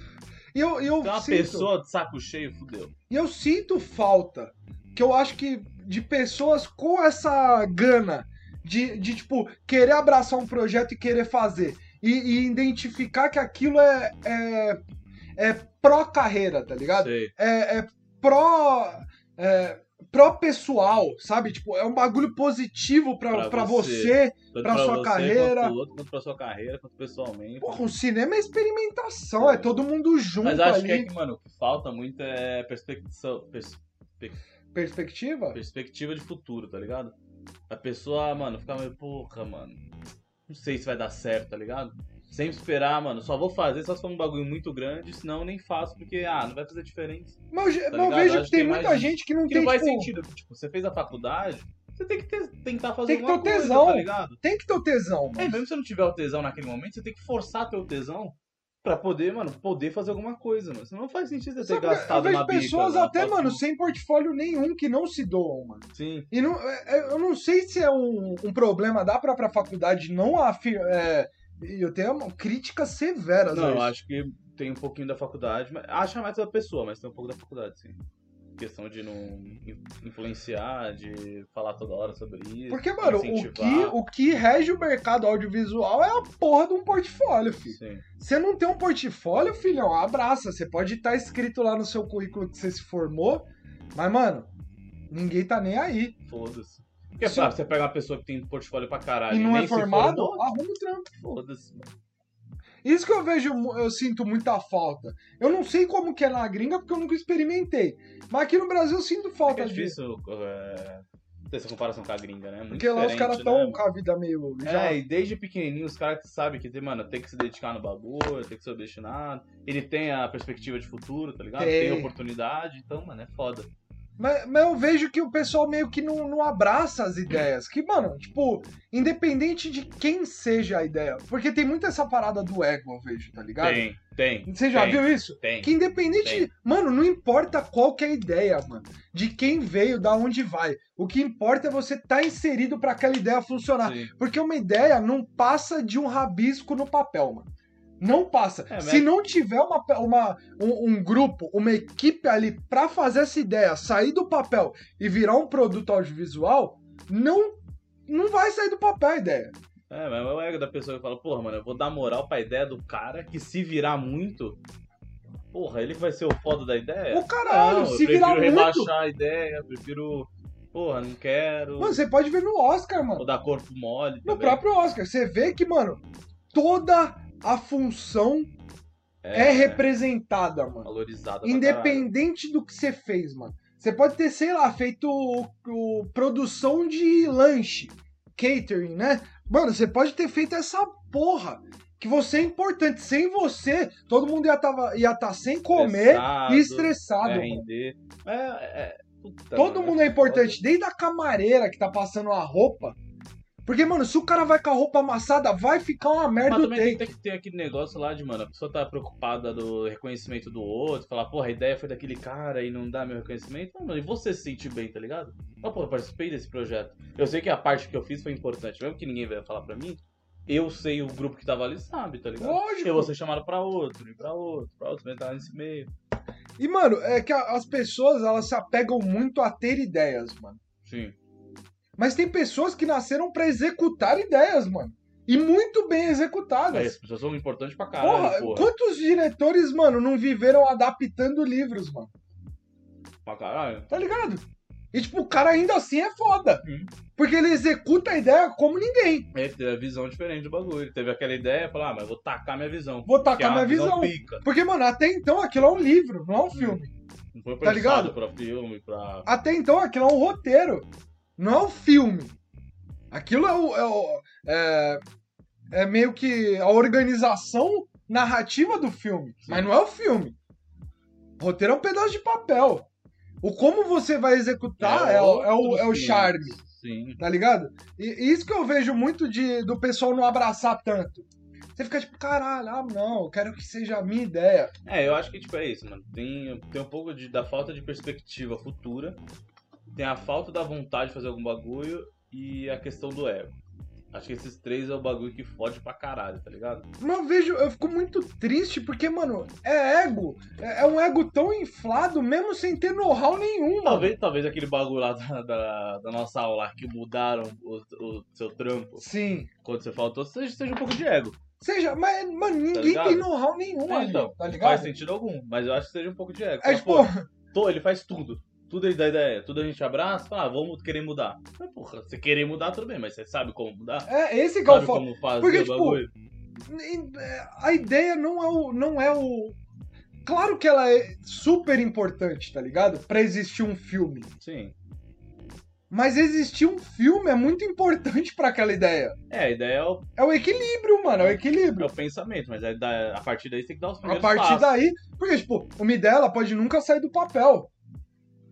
Speaker 1: E eu, eu,
Speaker 2: Então uma
Speaker 1: sinto,
Speaker 2: pessoa de saco cheio, fudeu.
Speaker 1: e eu sinto falta, que eu acho que de pessoas com essa gana de, de tipo, querer abraçar um projeto e querer fazer. E, e identificar que aquilo é, é, é pró-carreira, tá ligado?
Speaker 2: Sei.
Speaker 1: é, é pró. É, pró pessoal, sabe? Tipo, é um bagulho positivo pra,
Speaker 2: Pra
Speaker 1: pra, você.
Speaker 2: você. Tanto
Speaker 1: Pra sua
Speaker 2: você,
Speaker 1: carreira.
Speaker 2: Quanto pro outro, quanto pra sua carreira, quanto pessoalmente.
Speaker 1: Porra, o cinema é experimentação, é todo mundo junto
Speaker 2: Mas acho
Speaker 1: ali.
Speaker 2: que é que, mano, o que falta muito é perspectiva, pers-
Speaker 1: Perspectiva?
Speaker 2: Tá perspectiva de futuro, tá ligado? A pessoa, mano, fica meio, porra, mano, não sei se vai dar certo, tá ligado? Sempre esperar, mano, só vou fazer só se for um bagulho muito grande, senão eu nem faço, porque, ah, não vai fazer diferença.
Speaker 1: Mas eu,
Speaker 2: Tá
Speaker 1: mas eu
Speaker 2: ligado?
Speaker 1: vejo que
Speaker 2: Acho que
Speaker 1: tem
Speaker 2: tem
Speaker 1: muita
Speaker 2: mais
Speaker 1: gente que não
Speaker 2: Porque
Speaker 1: tem,
Speaker 2: não faz
Speaker 1: tipo,
Speaker 2: sentido, tipo, você fez a faculdade, você tem que ter- tentar fazer
Speaker 1: Tem que ter
Speaker 2: alguma
Speaker 1: o
Speaker 2: coisa,
Speaker 1: tesão.
Speaker 2: tá ligado?
Speaker 1: tem que ter o tesão, mano.
Speaker 2: É, mesmo se você não tiver o tesão naquele momento, você tem que forçar teu tesão pra poder, mano, poder fazer alguma coisa, mano. Senão não faz sentido você ter
Speaker 1: Sabe,
Speaker 2: gastado
Speaker 1: eu
Speaker 2: na né?
Speaker 1: vejo
Speaker 2: bica, um
Speaker 1: pessoas
Speaker 2: na
Speaker 1: até,
Speaker 2: tua-
Speaker 1: mano, sem portfólio nenhum que não se doam, mano.
Speaker 2: Sim,
Speaker 1: E não, é- é- eu não sei se é um, um problema da própria faculdade não afirmar. eu tenho uma crítica severa,
Speaker 2: Não, eu acho que tem um pouquinho da faculdade, mas acha mais da pessoa, mas tem um pouco da faculdade, sim. Questão de não in- influenciar, de falar toda hora sobre isso.
Speaker 1: Porque, mano, o que,
Speaker 2: incentivar.
Speaker 1: o que rege o mercado audiovisual é a porra de um portfólio, filho.
Speaker 2: Sim.
Speaker 1: Você não tem um portfólio, filhão, abraça. Você pode estar escrito lá no seu currículo que você se formou, mas, mano, ninguém tá nem aí.
Speaker 2: Foda-se. Porque,
Speaker 1: Sim.
Speaker 2: sabe, você pega uma pessoa que tem portfólio pra caralho
Speaker 1: E não
Speaker 2: nem
Speaker 1: é
Speaker 2: Ah, se
Speaker 1: formado,
Speaker 2: formou,
Speaker 1: arruma o trampo.
Speaker 2: Foda-se. mano.
Speaker 1: Isso que eu vejo, mu- eu sinto muita falta. Eu não sei como que é na gringa, porque eu nunca experimentei. Mas aqui no Brasil eu sinto
Speaker 2: É que
Speaker 1: falta
Speaker 2: é
Speaker 1: disso.
Speaker 2: difícil é, ter essa comparação com a gringa, né? É Muito
Speaker 1: Porque lá os
Speaker 2: diferente,
Speaker 1: caras
Speaker 2: né,
Speaker 1: estão
Speaker 2: mano?
Speaker 1: com a vida meio. já-
Speaker 2: É, e desde pequenininho os caras que sabem que, tem, mano, tem que se dedicar no bagulho, tem que ser obstinado. Ele tem a perspectiva de futuro, tá ligado?
Speaker 1: Tem.
Speaker 2: tem oportunidade, então, mano, é foda.
Speaker 1: Mas, mas eu vejo que o pessoal meio que não, não abraça as ideias. Que, mano, tipo, independente de quem seja a ideia. Porque tem muito essa parada do ego, eu vejo, tá ligado?
Speaker 2: Tem, tem.
Speaker 1: Você já
Speaker 2: tem,
Speaker 1: viu isso?
Speaker 2: Tem.
Speaker 1: Que independente.
Speaker 2: Tem.
Speaker 1: Mano, não importa qual que é a ideia, mano. De quem veio, da onde vai. O que importa é você estar inserido pra aquela ideia funcionar.
Speaker 2: Sim.
Speaker 1: Porque uma ideia não passa de um rabisco no papel, mano. Não passa.
Speaker 2: É, mas-
Speaker 1: Se não tiver uma, uma- um, um grupo, uma equipe ali pra fazer essa ideia sair do papel e virar um produto audiovisual, não, não vai sair do papel a ideia.
Speaker 2: É, mas é o ego da pessoa que fala, porra, mano, eu vou dar moral pra ideia do cara que se virar muito. Porra, ele que vai ser o foda da ideia?
Speaker 1: O caralho,
Speaker 2: É. não,
Speaker 1: se
Speaker 2: eu
Speaker 1: virar
Speaker 2: prefiro
Speaker 1: muito.
Speaker 2: rebaixar a ideia, prefiro. Porra, não quero.
Speaker 1: Mano, você pode ver no Oscar, mano.
Speaker 2: Vou dar corpo mole.
Speaker 1: No
Speaker 2: também.
Speaker 1: próprio Oscar. Você vê que, mano, toda a função é, representada, mano.
Speaker 2: valorizada. pra
Speaker 1: Independente do que você fez, mano. Você pode ter, sei lá, feito o, o- produção de lanche, catering, né? Mano, você pode ter feito essa porra. Que você é importante. Sem você, todo mundo ia estar ia tá sem
Speaker 2: caralho.
Speaker 1: comer
Speaker 2: Estressado,
Speaker 1: e estressado,
Speaker 2: é,
Speaker 1: mano.
Speaker 2: render. É, é, puta,
Speaker 1: Todo
Speaker 2: mano,
Speaker 1: mundo é
Speaker 2: foda.
Speaker 1: importante, desde a camareira que tá passando a roupa. Porque, mano, se o cara vai com a roupa amassada, vai ficar uma merda
Speaker 2: Mas
Speaker 1: o
Speaker 2: também
Speaker 1: take.
Speaker 2: tem que ter aquele negócio lá de, mano, a pessoa tá preocupada do reconhecimento do outro, falar, porra, a ideia foi daquele cara e não dá meu reconhecimento. Não, mano, e você se sentir bem, tá ligado? Mas, porra, eu participei desse projeto. Eu sei que a parte que eu fiz foi importante, mesmo que ninguém veio falar pra mim. Eu sei o grupo que tava ali, sabe, tá ligado?
Speaker 1: Lógico.
Speaker 2: Eu vou ser chamado pra outro, e pra outro, pra outro, entrar nesse meio.
Speaker 1: E, mano, é que a- as pessoas, elas se apegam muito a ter ideias, mano.
Speaker 2: Sim.
Speaker 1: Mas tem pessoas que nasceram pra executar ideias, mano. E muito bem
Speaker 2: Aí,
Speaker 1: executadas.
Speaker 2: as pessoas são importantes pra
Speaker 1: porra,
Speaker 2: caralho, porra.
Speaker 1: quantos diretores, mano, não viveram adaptando livros, mano?
Speaker 2: Pra caralho.
Speaker 1: Tá ligado? E, tipo, o cara ainda assim é foda.
Speaker 2: Uhum.
Speaker 1: Porque ele executa a ideia como ninguém.
Speaker 2: Ele teve a visão diferente do bagulho. Ele teve aquela ideia, falou, ah, mas eu vou tacar minha visão.
Speaker 1: Vou
Speaker 2: Que é
Speaker 1: tacar
Speaker 2: uma
Speaker 1: minha visão.
Speaker 2: pica.
Speaker 1: Porque, mano, até então aquilo é um livro, não é um filme.
Speaker 2: Não foi
Speaker 1: Tá
Speaker 2: pensado
Speaker 1: ligado?
Speaker 2: pra filme, pra.
Speaker 1: Até então aquilo é um roteiro, não é um filme. Aquilo é, o, é, o- é- é meio que a organização narrativa do filme,
Speaker 2: Sim.
Speaker 1: mas não é o filme. Roteiro é um pedaço de papel. O como você vai executar é, o, é o- é o
Speaker 2: outro filme.
Speaker 1: charme,
Speaker 2: Sim.
Speaker 1: tá ligado? E, e isso que eu vejo muito de, do pessoal não abraçar tanto. Você fica tipo, caralho, ah, não, eu quero que seja a minha ideia.
Speaker 2: É, eu acho que tipo, é isso, mano. Tem, tem um pouco de, da falta de perspectiva futura, tem a falta da vontade de fazer algum bagulho e a questão do ego. Acho que esses três é o bagulho que fode pra caralho, tá ligado?
Speaker 1: Mas eu vejo, eu fico muito triste porque, mano, é ego. É, é um ego tão inflado, mesmo sem ter know-how nenhum, mano.
Speaker 2: Talvez, talvez aquele bagulho lá da, da, da nossa aula que mudaram o, o seu trampo
Speaker 1: Sim.
Speaker 2: quando você faltou, seja, seja um pouco de ego.
Speaker 1: Seja, mas, mano, ninguém
Speaker 2: Tá ligado?
Speaker 1: tem know-how nenhum
Speaker 2: É,
Speaker 1: ali,
Speaker 2: então,
Speaker 1: tá
Speaker 2: não faz
Speaker 1: ligado?
Speaker 2: sentido algum, mas eu acho que seja um pouco de ego.
Speaker 1: É
Speaker 2: Fala,
Speaker 1: tipo,
Speaker 2: pô, Tô, ele faz tudo. Tudo ele dá ideia, tudo a gente abraça, fala, ah, vamos querer mudar. Mas, porra, você querer mudar, tudo bem, mas você sabe como mudar?
Speaker 1: é esse que é o
Speaker 2: Sabe
Speaker 1: foda.
Speaker 2: como fazer
Speaker 1: Porque,
Speaker 2: o
Speaker 1: tipo,
Speaker 2: bagulho?
Speaker 1: A ideia não é o. Não é o... Claro que ela é super importante, tá ligado? Pra existir um filme.
Speaker 2: Sim.
Speaker 1: Mas existir um filme é muito importante pra aquela ideia.
Speaker 2: É, a ideia é o,
Speaker 1: É o equilíbrio, mano, é o equilíbrio.
Speaker 2: é o pensamento, mas aí dá- a partir daí você tem que dar os
Speaker 1: A
Speaker 2: primeiros
Speaker 1: partir
Speaker 2: passos.
Speaker 1: daí, porque, tipo, uma ideia ela pode nunca sair do papel.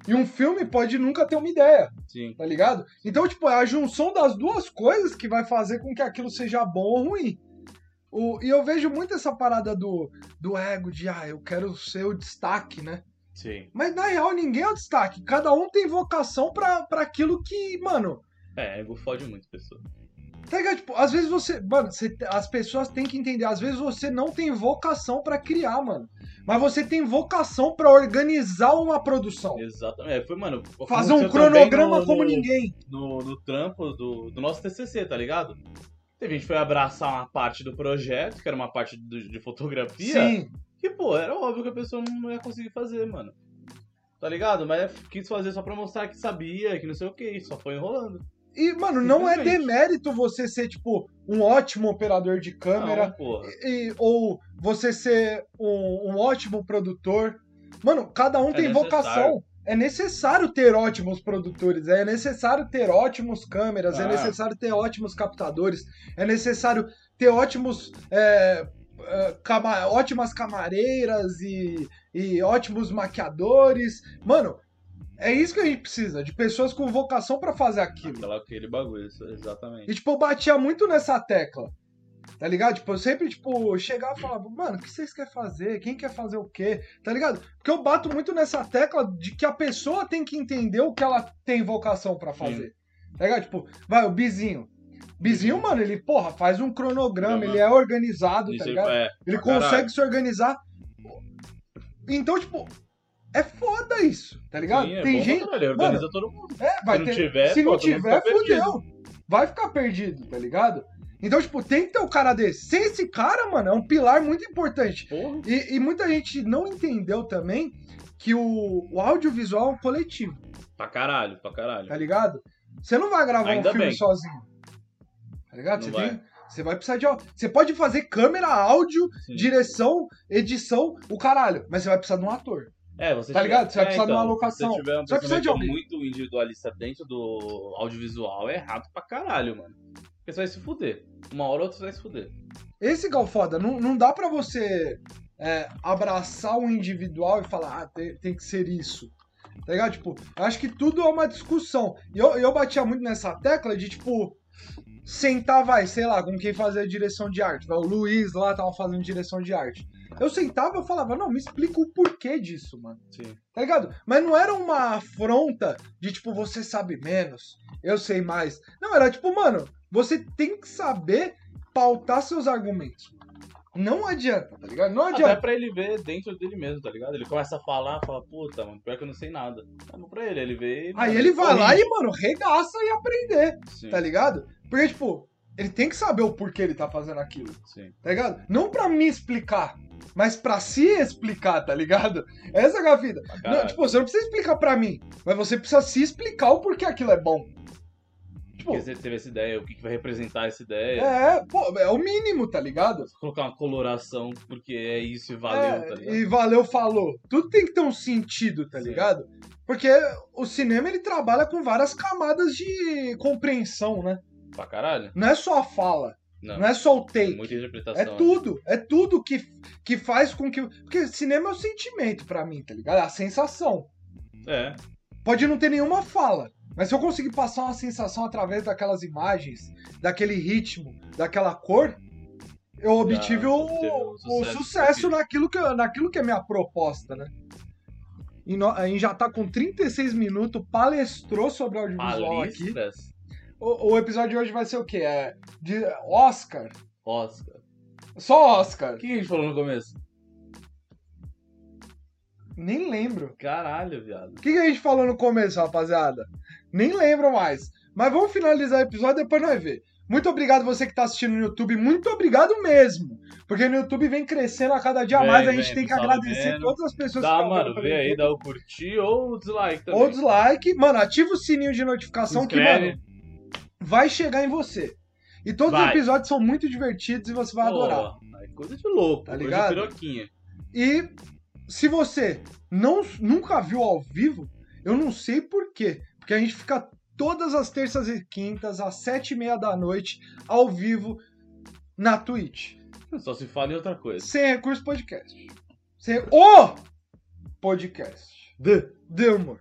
Speaker 1: E um filme pode nunca ter uma ideia,
Speaker 2: Sim.
Speaker 1: tá ligado? Então, tipo, é a junção das duas coisas que vai fazer com que aquilo seja bom ou ruim. O- e eu vejo muito essa parada do, do ego, de, ah, eu quero ser o destaque, né?
Speaker 2: Sim.
Speaker 1: Mas na real, ninguém é o destaque. Cada um tem vocação pra pra aquilo que, mano.
Speaker 2: É, ego fode muito, pessoa.
Speaker 1: Tá ligado? Tipo, às vezes você. Mano, você- as pessoas têm que entender. Às vezes você não tem vocação pra criar, mano. Mas você tem vocação pra organizar uma produção.
Speaker 2: Exatamente. É, foi, mano.
Speaker 1: Fazer um
Speaker 2: aconteceu também
Speaker 1: cronograma
Speaker 2: no-
Speaker 1: como
Speaker 2: no-
Speaker 1: ninguém.
Speaker 2: no, no trampo do, do nosso TCC, tá ligado? Teve gente que foi abraçar uma parte do projeto, que era uma parte do- de fotografia,
Speaker 1: Sim.
Speaker 2: que, pô, era óbvio que a pessoa não ia conseguir fazer, mano. Tá ligado? Mas quis fazer só pra mostrar que sabia, que não sei o que, só foi enrolando.
Speaker 1: E, mano, não é
Speaker 2: Simplesmente.
Speaker 1: demérito você ser, tipo, um ótimo operador de câmera.
Speaker 2: Não, porra.
Speaker 1: e- ou você ser um, um ótimo produtor. Mano, cada um
Speaker 2: É
Speaker 1: tem
Speaker 2: necessário.
Speaker 1: vocação. É necessário ter ótimos produtores, é necessário ter ótimos câmeras, é
Speaker 2: Ah.
Speaker 1: necessário ter ótimos captadores, é necessário ter ótimos é, é, cama- ótimas camareiras e, e ótimos maquiadores. Mano, é isso que a gente precisa, de pessoas com vocação pra fazer aquilo.
Speaker 2: Aquela, aquele bagulho, isso, exatamente.
Speaker 1: E, tipo, eu batia muito nessa tecla. Tá ligado? Tipo, eu sempre, tipo, chegava e falava, mano, o que vocês querem fazer? Quem quer fazer o quê? Tá ligado? Porque eu bato muito nessa tecla de que a pessoa tem que entender o que ela tem vocação pra fazer. Tá ligado? Tipo, vai, o Bizinho. Bizinho, mano, ele, porra, faz um cronograma, ele é organizado, tá
Speaker 2: Isso
Speaker 1: ligado?
Speaker 2: é,
Speaker 1: Ele
Speaker 2: pra caralho.
Speaker 1: consegue se organizar. Então, tipo, é foda isso, tá ligado?
Speaker 2: sim, é
Speaker 1: tem
Speaker 2: bom pra
Speaker 1: gente.
Speaker 2: caralho, organiza todo mundo.
Speaker 1: É, vai
Speaker 2: não
Speaker 1: ter.
Speaker 2: tiver,
Speaker 1: se
Speaker 2: pô,
Speaker 1: não
Speaker 2: todo mundo
Speaker 1: tiver,
Speaker 2: fica perdido.
Speaker 1: fudeu. Vai ficar perdido, tá ligado? Então, tipo, tem que ter o cara desse. Sem esse cara, mano, é um pilar muito importante.
Speaker 2: Porra.
Speaker 1: E, e muita gente não entendeu também que o, o audiovisual é um coletivo,
Speaker 2: Pra caralho, pra caralho.
Speaker 1: tá ligado? Você não vai gravar
Speaker 2: Ainda
Speaker 1: um filme
Speaker 2: bem.
Speaker 1: sozinho. Tá ligado? Você,
Speaker 2: Não
Speaker 1: tem- você vai precisar de. au- Você pode fazer câmera, áudio,
Speaker 2: Sim.
Speaker 1: direção, edição, o caralho. Mas você vai precisar de um ator.
Speaker 2: É, você
Speaker 1: Tá
Speaker 2: tiver-
Speaker 1: ligado? Você vai
Speaker 2: é,
Speaker 1: precisar de uma
Speaker 2: então,
Speaker 1: alocação.
Speaker 2: Se você tiver um
Speaker 1: Você vai precisar de
Speaker 2: pensamento
Speaker 1: alguém.
Speaker 2: muito individualista dentro do audiovisual, é errado pra caralho, mano. Porque você vai se fuder. Uma hora ou outra você vai se fuder.
Speaker 1: Esse que é o foda, não, não dá pra você é, abraçar o individual e falar, ah, tem, tem que ser isso. Tá ligado? Tipo, eu acho que tudo é uma discussão. E eu, eu batia muito nessa tecla de, tipo, sentar, vai, sei lá, com quem fazia direção de arte. Vai, O Luiz lá tava fazendo direção de arte. Eu sentava e falava, não, me explica o porquê disso, mano.
Speaker 2: Sim.
Speaker 1: Tá ligado? Mas não era uma afronta de tipo, você sabe menos, eu sei mais. Não, era tipo, mano, você tem que saber pautar seus argumentos. Não adianta, tá ligado? Não
Speaker 2: Até
Speaker 1: adianta.
Speaker 2: pra ele ver dentro dele mesmo, tá ligado? Ele começa a falar, fala, puta, mano, pior que eu não sei nada. Tá bom pra ele, ele vê.
Speaker 1: Aí ele vai lá e, mano, regaça e aprender,
Speaker 2: Sim,
Speaker 1: tá ligado? Porque, tipo, ele tem que saber o porquê ele tá fazendo aquilo,
Speaker 2: sim.
Speaker 1: tá ligado? Não pra me explicar, mas pra se explicar, tá ligado? Essa que é a vida.
Speaker 2: Pra
Speaker 1: Não,
Speaker 2: caralho.
Speaker 1: tipo, você não precisa explicar pra mim, mas você precisa se explicar o porquê aquilo é bom. Tipo,
Speaker 2: Porque você teve essa ideia, o que, que vai representar essa ideia.
Speaker 1: É, pô, é o mínimo, tá ligado?
Speaker 2: Colocar uma coloração, porque é isso e valeu,
Speaker 1: É,
Speaker 2: tá ligado?
Speaker 1: E valeu, falou. Tudo tem que ter um sentido, tá
Speaker 2: Sim.
Speaker 1: ligado? Porque o cinema ele trabalha com várias camadas de compreensão, né?
Speaker 2: Pra caralho.
Speaker 1: Não é só a fala,
Speaker 2: Não,
Speaker 1: não, é só o
Speaker 2: é
Speaker 1: take.
Speaker 2: muita interpretação.
Speaker 1: É tudo, é tudo que, que faz com que. Porque cinema é o sentimento pra mim, tá ligado? É a sensação.
Speaker 2: É,
Speaker 1: Pode não ter nenhuma fala, mas se eu conseguir passar uma sensação através daquelas imagens, daquele ritmo, daquela cor, eu obtive um
Speaker 2: Já
Speaker 1: o,
Speaker 2: obteve o
Speaker 1: o
Speaker 2: sucesso
Speaker 1: sucesso, naquilo, que, naquilo que é minha proposta, né? E no- a gente já tá com 36 minutos, palestrou sobre audiovisual aqui.
Speaker 2: palestras,
Speaker 1: O, o episódio de hoje vai ser o quê? É de Oscar?
Speaker 2: Oscar.
Speaker 1: Só
Speaker 2: O
Speaker 1: Oscar?
Speaker 2: que a gente falou no começo?
Speaker 1: Nem lembro.
Speaker 2: Caralho, viado.
Speaker 1: O que, que a gente falou no começo, rapaziada? Nem lembro mais. Mas vamos finalizar o episódio depois nós ver. Muito obrigado você que tá assistindo no YouTube, muito obrigado mesmo. Porque no YouTube vem crescendo a cada dia
Speaker 2: Vem,
Speaker 1: mais, a
Speaker 2: vem,
Speaker 1: gente tem que
Speaker 2: pessoal
Speaker 1: agradecer
Speaker 2: vendo.
Speaker 1: todas as pessoas que
Speaker 2: Dá,
Speaker 1: estão
Speaker 2: mano,
Speaker 1: vendo
Speaker 2: vê
Speaker 1: pelo
Speaker 2: aí,
Speaker 1: YouTube.
Speaker 2: dá o curtir ou o dislike também.
Speaker 1: Ou dislike, mano, ativa o sininho de
Speaker 2: Se
Speaker 1: notificação que,
Speaker 2: inscreve.
Speaker 1: mano, vai chegar em você. E todos os
Speaker 2: Vai.
Speaker 1: episódios são muito divertidos e você vai adorar.
Speaker 2: Pô, é coisa de louco,
Speaker 1: Tá
Speaker 2: coisa
Speaker 1: ligado?
Speaker 2: de piroquinha.
Speaker 1: E se você não, nunca viu ao vivo, eu não sei por quê. Porque a gente fica todas as terças e quintas, às sete e meia da noite, ao vivo, na Twitch.
Speaker 2: Só se fala em outra coisa.
Speaker 1: Sem recurso podcast. Sem o podcast.
Speaker 2: Oi,
Speaker 1: De humor.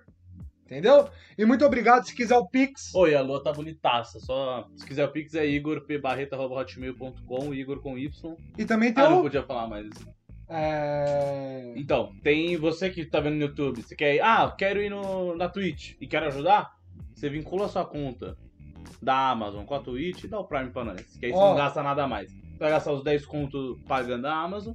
Speaker 1: Entendeu? E muito obrigado. Se quiser o Pix,
Speaker 2: a lua tá bonitaça. Só, se quiser o Pix é igorpbarreta.hotmail.com, Igor com Y.
Speaker 1: e também tem
Speaker 2: Ah, não
Speaker 1: o.
Speaker 2: podia falar mais isso.
Speaker 1: É...
Speaker 2: Então, tem você que tá vendo no YouTube, você quer ir, ah, quero ir no, na Twitch e quero ajudar, você vincula a sua conta da Amazon com a Twitch e dá o Prime pra nós, que aí você
Speaker 1: Ó.
Speaker 2: não gasta nada mais. Você vai gastar os 10 contos pagando a Amazon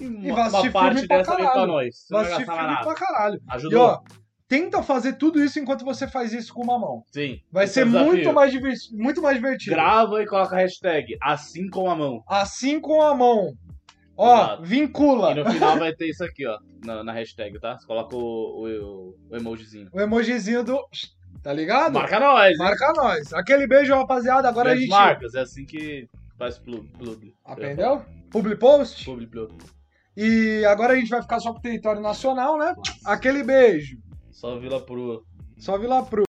Speaker 2: e uma,
Speaker 1: vai assistir
Speaker 2: uma parte
Speaker 1: filme pra
Speaker 2: dessa vem pra
Speaker 1: caralho.
Speaker 2: nós. Você
Speaker 1: Vai
Speaker 2: não vai
Speaker 1: assistir
Speaker 2: gastar mais
Speaker 1: filme
Speaker 2: nada.
Speaker 1: pra caralho. E
Speaker 2: Ajudou?
Speaker 1: ó, tenta fazer tudo isso enquanto você faz isso com uma mão.
Speaker 2: Sim.
Speaker 1: Vai
Speaker 2: Esse
Speaker 1: ser
Speaker 2: é o desafio.
Speaker 1: muito mais, diverti- muito mais divertido.
Speaker 2: Grava e coloca a hashtag, assim com a mão.
Speaker 1: Assim com a mão. Ó,
Speaker 2: Exato.
Speaker 1: vincula
Speaker 2: E no final vai ter isso aqui, ó, na, na hashtag, tá? Você coloca o, o, o emojizinho.
Speaker 1: o emojizinho do. Tá ligado? Marca,
Speaker 2: Marca nós, hein?
Speaker 1: nós. Aquele beijo, rapaziada. Agora
Speaker 2: Grandes
Speaker 1: a gente.
Speaker 2: marcas, é assim que faz plug. plug.
Speaker 1: Aprendeu? Publi post.
Speaker 2: Publi, plug.
Speaker 1: E agora a gente vai ficar só pro território nacional, né? Aquele beijo.
Speaker 2: Só Vila Pro.
Speaker 1: Só Vila Pro.